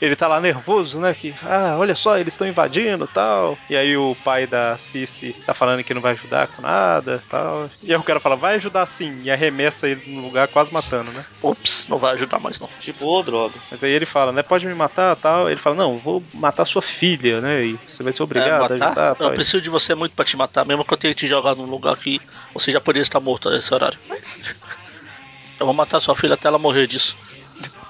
Ele tá lá nervoso, né? Que, ah, olha só, eles estão invadindo tal. E aí o pai da Cici tá falando que não vai ajudar com nada tal. E aí o cara fala, vai ajudar sim. E arremessa ele no lugar, quase matando, né?
Ops, não vai ajudar mais não.
Tipo, ô droga.
Mas aí ele fala, né? Pode me matar tal. Ele fala, não, vou matar sua filha, né? E você vai ser obrigado
É,
a ajudar
eu
tal.
preciso de você muito pra te matar, mesmo que eu tenha que te jogar num lugar que você já poderia estar morto nesse horário. Mas. Eu vou matar sua filha até ela morrer disso.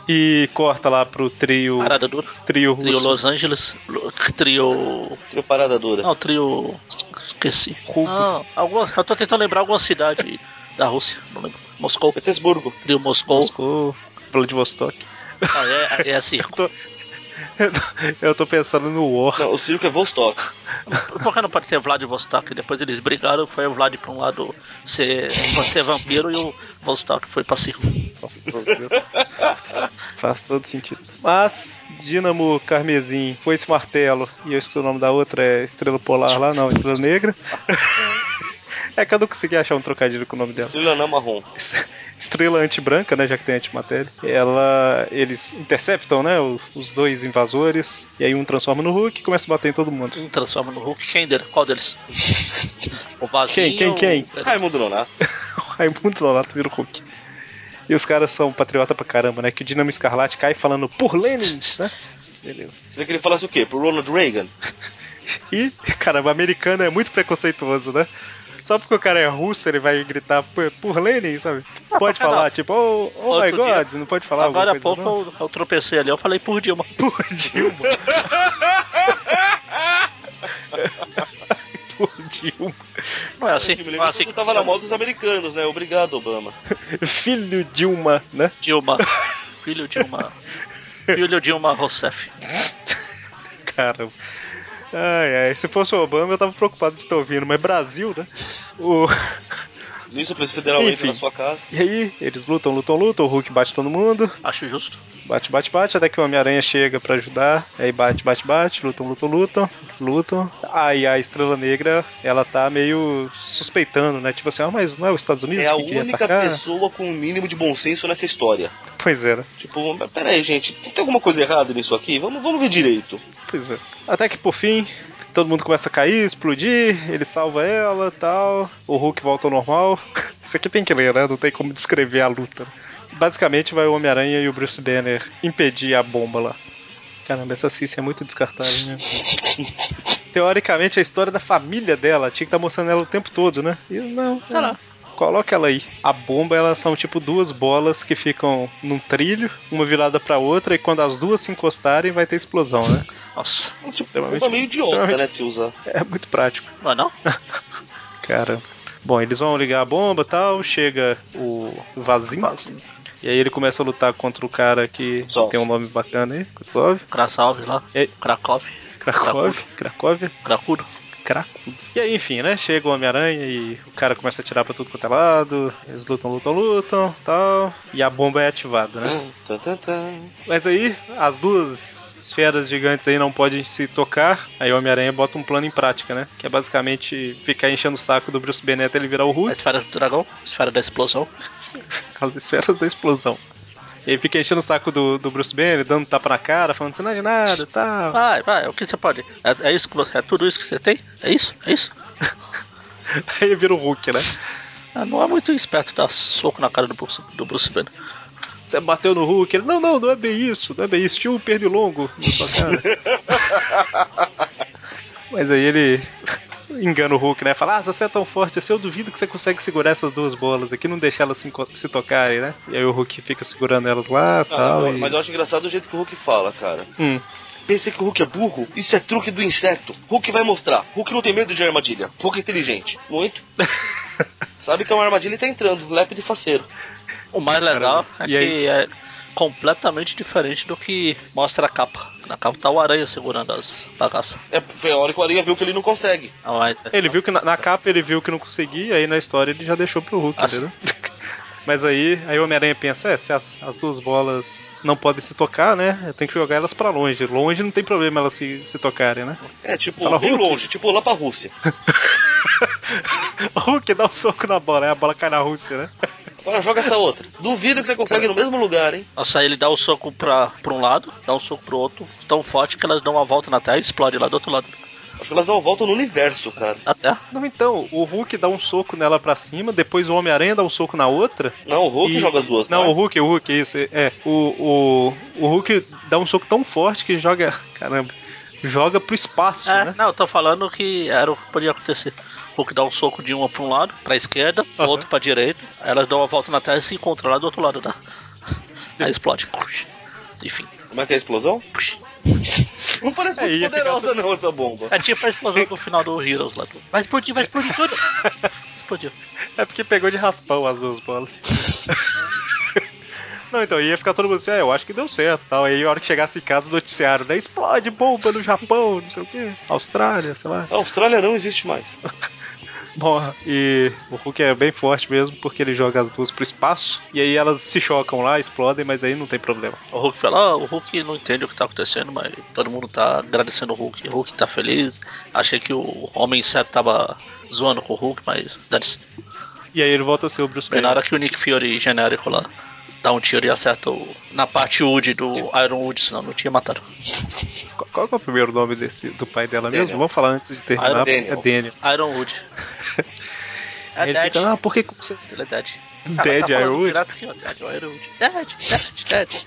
E corta lá pro trio.
Parada dura.
Trio russo.
Trio Los Angeles. lo- Trio.
Trio parada dura.
Não, trio. Esqueci.
Cubo.
Não, algumas, eu tô tentando lembrar alguma cidade da Rússia. Não lembro. Moscou.
É Petersburgo.
Trio Moscou.
Moscou, Vladivostok.
Ah, é, é assim.
Tô- Eu tô pensando no War.
Não, o circo é Vostok.
Por que não pode ser Vlad e Vostok? Depois eles brigaram, foi o Vlad pra um lado ser, ser vampiro e o Vostok foi pra circo.
Nossa, Deus. Faz todo sentido. Mas, Dínamo Carmesim, foi esse martelo, e eu esqueci o nome da outra, é Estrela Polar lá, não, Estrela Negra. É que eu não consegui achar um trocadilho com o nome dela.
Trilhanã marrom.
Estrela antibranca, né? Já que tem antimatéria. Ela. Eles interceptam, né? o- Os dois invasores. E aí um transforma no Hulk e começa a bater em todo mundo.
Um transforma no Hulk. Quem dele? Qual deles? O Vazinho?
Quem, quem,
ou-
quem?
Raimundo Nonato.
Raimundo Nonato vira o Hulk. E os caras são patriota pra caramba, né? Que o Dinamo Escarlate cai falando por Lenin, né? Beleza.
Você queria que ele falasse o quê? Pro Ronald Reagan?
E, cara, o americano é muito preconceituoso, né? Só porque o cara é russo, ele vai gritar por, por Lenin, sabe? Pode
por que
falar, tipo, oh, oh my
Ah, Outro dia-
god, não pode falar
Agora há
alguma coisa,
pouco eu, eu tropecei ali, eu falei por Dilma.
não? Por Dilma. por Dilma.
Não é assim?
Eu me
Não
lembro
é
que
assim
eu
que
tava na
funciona.
moda dos americanos, né? Obrigado, Obama.
Filho Dilma, né?
Dilma. Filho Dilma. Filho Dilma Rousseff.
Cara. Ai, ai. Se fosse o Obama, eu tava preocupado de estar ouvindo, mas Brasil, né? O...
Nisso, o preço federal entra
Enfim.
na sua casa.
E aí, eles lutam, lutam, lutam, o Hulk bate todo mundo,
Acho justo.
bate, bate, bate, até que o Homem-Aranha chega pra ajudar, aí bate, bate, bate, lutam, lutam, lutam, lutam. Aí a Estrela Negra, ela tá meio suspeitando, né? Tipo assim, ah, mas não é os Estados Unidos
É a
que queria
única
atacar?
pessoa com o mínimo de bom senso nessa história.
Pois é, né?
Tipo, mas peraí, gente, tem alguma coisa errada nisso aqui? Vamos, vamos ver direito.
Pois é. Até que por fim, todo mundo começa a cair, explodir, ele salva ela tal. O Hulk volta ao normal. Isso aqui tem que ler, né? Não tem como descrever a luta. Basicamente vai o Homem-Aranha e o Bruce Banner impedir a bomba lá. Caramba, essa Cici é muito descartável, né? Teoricamente a história da família dela, tinha que estar mostrando ela o tempo todo, né? E não, é.
Tá lá.
Coloca ela aí. A bomba, elas são tipo duas bolas que ficam num trilho, uma virada pra outra, e quando as duas se encostarem, vai ter explosão, né?
Nossa.
Tipo,
Extremamente-
uma meio idiota,
extremamente-
né, de se usar.
É muito prático,
Não é não?
cara. Bom, eles vão ligar a bomba e tal, chega o Vazin,
Vazinho.
e aí ele começa a lutar contra o cara que
Kuznetsov.
tem um nome bacana aí, Kutsov,
Krasov lá.
É.
Krakov.
Krakov, Krakov,
Krakudo.
Cracudo. E aí, enfim, né, chega o Homem-Aranha e o cara começa a atirar pra tudo quanto é lado, eles lutam, lutam, lutam, tal, e a bomba é ativada, né?
Tan, tan, tan.
Mas aí, as duas esferas gigantes aí não podem se tocar. Aí o Homem-Aranha bota um plano em prática, né? Que é basicamente ficar enchendo o saco do Bruce Banner até ele virar o
A
Hulk.
esfera do dragão. A esfera da explosão.
As esferas da explosão. Ele fica enchendo o saco do, do Bruce Banner, dando um tapa na cara, falando assim, não é de nada e tal.
Vai, vai. Ah, O que você pode? É, é isso que você... É tudo isso que você tem? É isso? É isso?
Aí ele vira o Hulk, né?
Ah, não é muito esperto dar soco na cara do Bruce, do Bruce Banner.
Você bateu no Hulk, ele, não, não, não é bem isso, não é bem isso. Tinha um pernilongo na sua cara. Mas aí ele engana o Hulk, né? Fala, ah, se você é tão forte assim, eu duvido que você consegue segurar essas duas bolas aqui, não deixar elas se, enco- se tocarem, né? E aí o Hulk fica segurando elas lá
Ah,
tal,
eu-
e
Mas eu acho engraçado o jeito que o Hulk fala, cara.
Hum.
Pensei que o Hulk é burro? Isso é truque do inseto. Hulk vai mostrar. Hulk não tem medo de armadilha. Hulk é inteligente. Muito. Sabe que é uma armadilha e tá entrando. Lépide faceiro.
O mais legal é
E aí?
que é completamente diferente do que mostra a capa. Na capa tá o aranha segurando as bagaças.
É, foi a hora que o Aranha viu que ele não consegue.
Ah, mas-
Ele viu que na, na capa ele viu que não conseguia, aí na história ele já deixou pro Hulk,
As-
entendeu? Mas aí, aí o Homem-Aranha pensa, é, se as, as duas bolas não podem se tocar, né? Eu tenho que jogar elas pra longe. Longe não tem problema elas se, se tocarem, né?
É, tipo,
Fala,
bem
Hulk.
longe. Tipo, lá pra Rússia.
O Hulk dá um soco na bola, aí a bola cai na Rússia, né?
Agora joga essa outra. Duvido que você consegue no mesmo lugar, hein?
Nossa, aí ele dá o soco pra, pra um lado, dá um soco pro outro, tão forte que elas dão uma volta na terra e explode lá do outro lado
Acho que elas dão a volta no universo, cara.
da terra.
Não, então, o Hulk dá um soco nela pra cima, depois o Homem-Aranha dá um soco na outra.
Não, o Hulk
e-
joga as duas.
Não, o
tá?
Hulk, o Hulk, isso. É, o, o, o Hulk dá um soco tão forte que joga. Caramba. Joga pro espaço,
É,
né?
não, eu tô falando que era o que podia acontecer. O Hulk dá um soco de uma pra um lado, pra esquerda, o
Aham.
outro pra direita, aí elas dão uma volta na terra e se encontram lá do outro lado da. Aí explode. Enfim.
Como é que é a explosão? Não parece
É,
muito
ia ficar-
poderosa, não, essa bomba.
É tipo a explosão do final do Heroes lá. do- Vai explodir, vai explodir tudo. Explodiu.
É porque pegou de raspão as duas bolas. Não, então ia ficar todo mundo assim, ah, eu acho que deu certo tal. Aí a hora que chegasse em casa o noticiário, né? Explode bomba no Japão, não sei o quê. Austrália, sei lá.
A Austrália não existe mais.
Bom, e o Hulk é bem forte mesmo, porque ele joga as duas pro espaço, e aí elas se chocam lá, explodem, mas aí não tem problema.
O Hulk fala, ah, o Hulk não entende o que tá acontecendo, mas todo mundo tá agradecendo o Hulk. O Hulk tá feliz. Achei que o Homem Inseto tava zoando com o Hulk, mas dane-se.
E aí ele volta a ser o Bruce
Bem, É, na
Banner.
hora que o Nick Fury genérico lá dá um tiro e acerta o, na parte Wood do Iron Wood, senão não tinha matado.
Qu- Qual que é o primeiro nome desse, do pai dela
Daniel.
mesmo? Vamos falar antes de terminar.
Ah,
é
Daniel.
Daniel.
Iron Wood. É
Aí ele fica, ah, por que que você...
Ele é dead.
Dead
falando
Iron Wood?
direto aqui, ó, Dead é Iron Wood. Dead, dead, dead.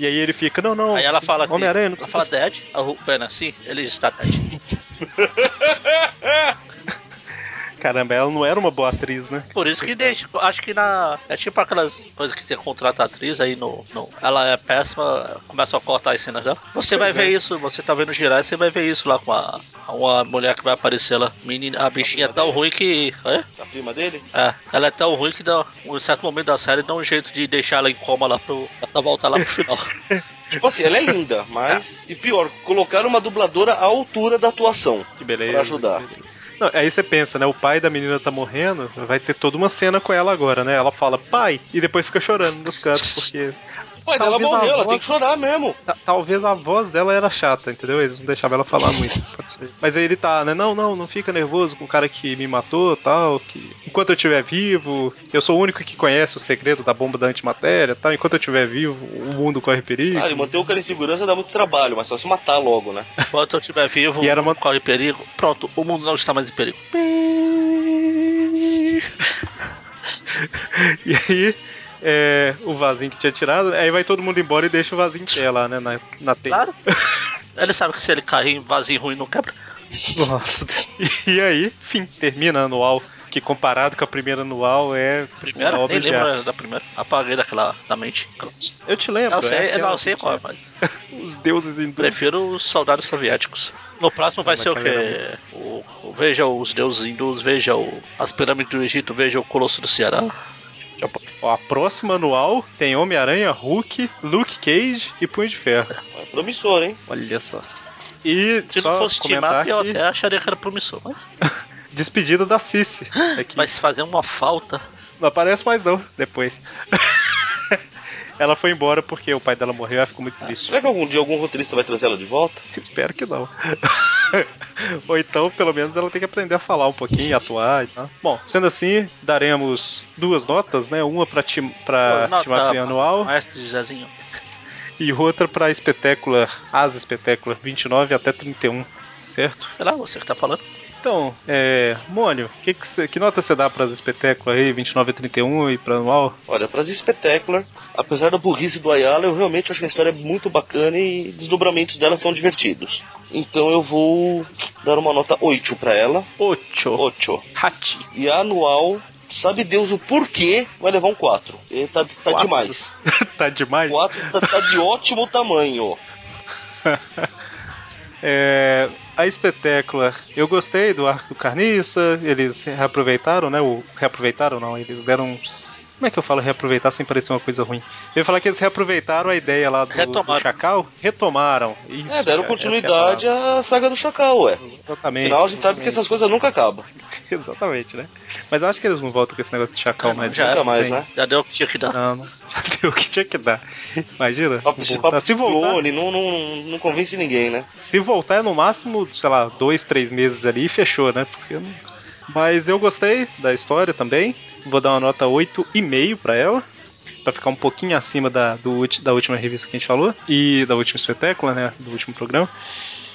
E aí ele fica, não, não,
Aí ela fala assim,
Homem-Aranha, não
ela
precisa
fala dead, a Hulk pena assim, ele está dead.
Caramba, ela não era uma boa atriz, né?
Por isso que deixa, acho que na... É tipo aquelas coisas que você contrata a atriz aí no... no ela é péssima, começa a cortar as cenas dela. Você vai
é.
ver isso, você tá vendo girar, você vai ver isso lá com a... Uma mulher que vai aparecer lá. Menina, a bichinha é tão ruim que... É?
A prima dele?
É, ela é tão ruim que dá, um certo momento da série dá um jeito de deixar ela em coma lá pro. Ela voltar lá pro final.
Tipo assim, ela é linda, mas. E pior, colocaram uma dubladora à altura da atuação.
Que beleza.
Pra ajudar.
que beleza. Não, aí você pensa, né? O pai da menina tá morrendo, vai ter toda uma cena com ela agora, né? Ela fala pai e depois fica chorando nos cantos, porque
Mas ela
Talvez a
morreu, ela
voz-
tem que chorar mesmo.
ta- talvez a voz dela era chata, entendeu? Eles não deixavam ela falar muito, pode ser. Mas aí ele tá, né? Não, não, não fica nervoso com o cara que me matou, tal, que enquanto eu estiver vivo, eu sou o único que conhece o segredo da bomba da antimatéria, tal, enquanto eu estiver vivo, o mundo corre perigo.
Ah, ele manter o cara em segurança dá muito trabalho, mas só se matar logo, né?
Enquanto eu estiver vivo,
E era uma-
corre perigo. Pronto, o mundo não está mais em perigo.
E aí, é, o vasinho que tinha tirado, aí vai todo mundo embora e deixa o vasinho em pé lá, né? Na, na teia.
Claro. Ele sabe que se ele cair em vazio ruim não quebra.
Nossa. E aí, fim, termina a anual, que comparado com a primeira anual é
Primeira,
uma obra
nem
de
lembro
arte.
da primeira. Apaguei daquela da mente.
Eu te lembro,
Não
é
sei, eu
aquela
não sei
que
qual, mas
Os deuses hindus.
prefiro os soldados soviéticos. No próximo vai
Não, é
ser o
daquela
quê? O, o- veja os deuses hindus, veja o, as pirâmides do Egito, veja o Colosso do Ceará.
Ó, a próxima anual tem Homem-Aranha, Hulk, Luke Cage e Punho de Ferro.
É promissor, hein?
Olha só. E
Se
só
não fosse
comentar
timar, eu
que
até acharia que era promissor, mas,
despedida da É Cici. Aqui.
mas fazer uma falta.
Não aparece mais não, depois. ela foi embora porque o pai dela morreu, ela ficou muito triste.
Será que algum dia algum roteirista vai trazer ela de volta?
Espero que não. Ou então, pelo menos, ela tem que aprender a falar um pouquinho, atuar e tal. Bom, sendo assim, daremos duas notas, né? Uma pra, tim pra
Nota,
Timap Ah, anual
Maestro tá, Zezinho.
e outra pra espetácula, as espetáculas 29 até 31, certo?
Sei lá, você que tá falando.
Então, é, Mônio, que, que, cê- que nota você dá para as espetáculas aí, 29 e 31 e para anual?
Olha, pra Spectacular, apesar da burrice do Ayala, eu realmente acho que a história é muito bacana e desdobramentos dela são divertidos. Então eu vou dar uma nota 8 pra ela.
Ocho.
8.
Hachi.
E a anual, sabe Deus o porquê, vai levar um 4. E tá, tá
Quatro?
demais.
tá demais?
4 tá, tá de ótimo tamanho.
É, a espetácula, eu gostei do arco do Carniça, eles reaproveitaram, né? O, reaproveitaram não, eles deram uns. Como é que eu falo reaproveitar sem parecer uma coisa ruim? Eu ia falar que eles reaproveitaram a ideia lá do,
Retomaram.
do Chacal, retomaram. Isso,
É, deram
cara, essa é a
continuidade
palavra.
à saga do Chacal, ué.
Exatamente.
Afinal, a gente sabe que essas coisas nunca acabam.
Exatamente, né? Mas eu acho que eles não voltam com esse negócio de Chacal
É, não,
mais.
já
né?
era,
Nunca mais,
tem.
né?
Já deu o que tinha que dar.
Não, não. Já deu o que tinha que dar. Imagina.
Papo de
voltar.
papo
Se
de
voltar,
clone, não, não, não convence ninguém, né?
Se voltar é no máximo, sei lá, dois, três meses ali e fechou, né? Porque não- Mas eu gostei da história também. Vou dar uma nota 8,5 pra ela. Pra ficar um pouquinho acima da, do ulti- da última revista que a gente falou. E da última espetácula, né? Do último programa.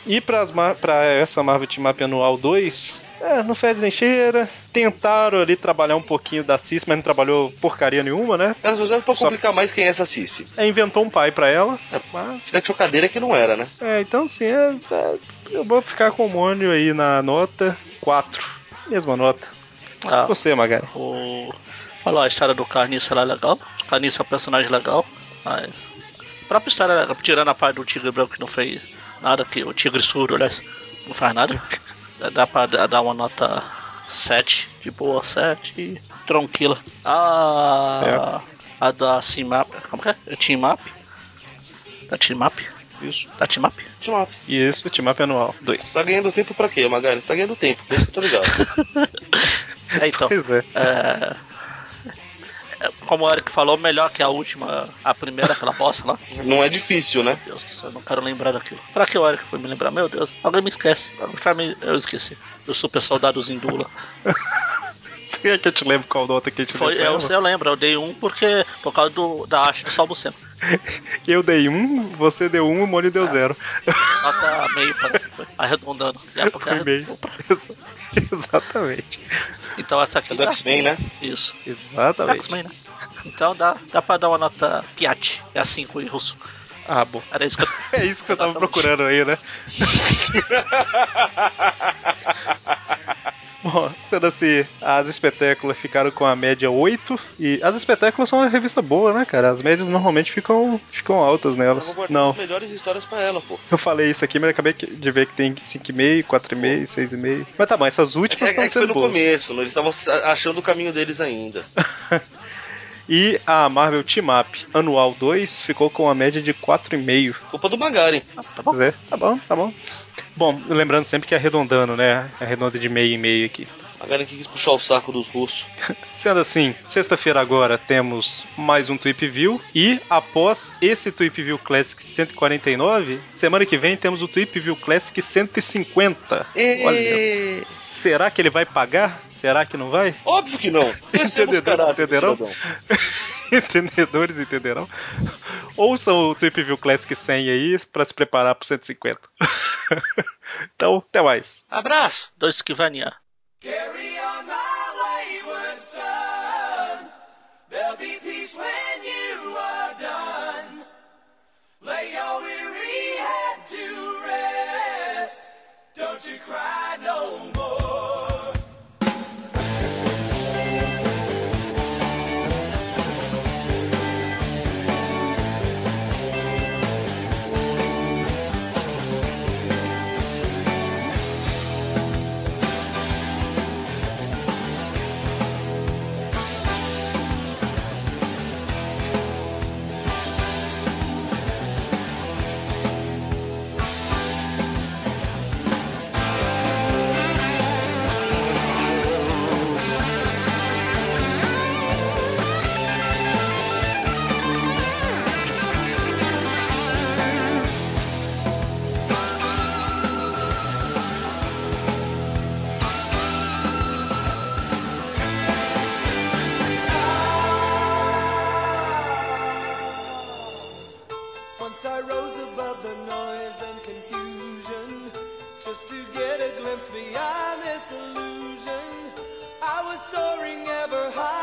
E pras mar- pra essa Marvel Team Up Anual 2, é, não fede nem cheira. Tentaram ali trabalhar um pouquinho da Cis, mas não trabalhou porcaria nenhuma, né?
Cara, só serve pra
Só-
complicar mais quem é essa Cici.
É, inventou um pai pra ela. Mas...
Da chocadeira que não era, né?
É, então sim, é, tá, eu vou ficar com o Mônio aí na nota 4. Mesma nota.
Ah,
Você, Magari.
o... Olha lá, a história do Carniça lá é legal. Carniça é um personagem legal, mas. A própria história, é legal, tirando a parte do Tigre Branco que não fez nada, que o Tigre Escuro, aliás, não faz nada. Dá pra dar dar uma nota 7, de boa, 7, tranquila. A. A da Simap, como que é? É Team Map? Da Team Map?
Isso.
Da Team Map?
Timap.
E isso, Team Up Anual 2.
Tá ganhando tempo pra quê, Magali? Você tá ganhando tempo, por isso que eu tô ligado.
É, então.
Pois é.
É, é, como o Eric falou, melhor que a última, a primeira, aquela bosta lá.
não é difícil, né?
Meu Deus do céu, não quero lembrar daquilo. Pra que o Eric foi me lembrar? Meu Deus, alguém me esquece. Pra mim, eu esqueci. Do super soldado Zindula.
Você é que eu te lembro qual nota que a gente
Foi, é
deu pra
eu,
ela?
eu lembro, eu dei um porque por causa do, da haste do Salbuceno.
Eu dei um, você deu um, o Mônio deu zero.
Nota tá meio, parece que foi. Arredondando. É porque
Foi meio.
arredondou pra-
Exa- Exatamente.
Então essa aqui
É do
dá.
X-Men, né?
Isso.
Exatamente.
X-Men, né? Então dá, dá pra dar uma nota piat. É a 5 em russo.
Ah, bom.
Era isso que eu...
É isso que você tava procurando aí, né? Bom, sendo assim, as espetáculas ficaram com a média 8. E as espetáculas são uma revista boa, né, cara? As médias normalmente ficam, ficam altas
Eu vou
nelas.
guardar
Não,
as melhores histórias pra ela, pô.
eu falei isso aqui, mas acabei que- de ver que tem 5,5, 4,5, 6,5. Mas tá bom, essas
É,
últimas
é
estão
que foi
sendo
no
boas.
começo, eles estavam achando o caminho deles ainda.
E a Marvel Team Up Anual 2 ficou com a média de 4,5.
Culpa do Magari.
Ah, Tá bom?
Pois é, tá bom, tá bom. Bom, lembrando sempre que é arredondando, né? Arredonda de meio e meio aqui.
Magari que quis puxar o saco dos russos.
Sendo assim, sexta-feira agora temos mais um Tweep View e após esse Tweep View Classic 149, semana que vem temos o Tweep View Classic 150. Olha
só.
Será que ele vai pagar? Será que não vai?
Óbvio que não.
Entendedores entenderão?
Entenderão?
Entendedores entenderão. Ouçam o Tweep View Classic 100 aí pra se preparar pro 150. então, até mais.
Abraço.
Dois que vai aninhar.
Carry on my wayward son. There'll be peace when you are done. Lay your weary head to rest. Don't you cry no more. high.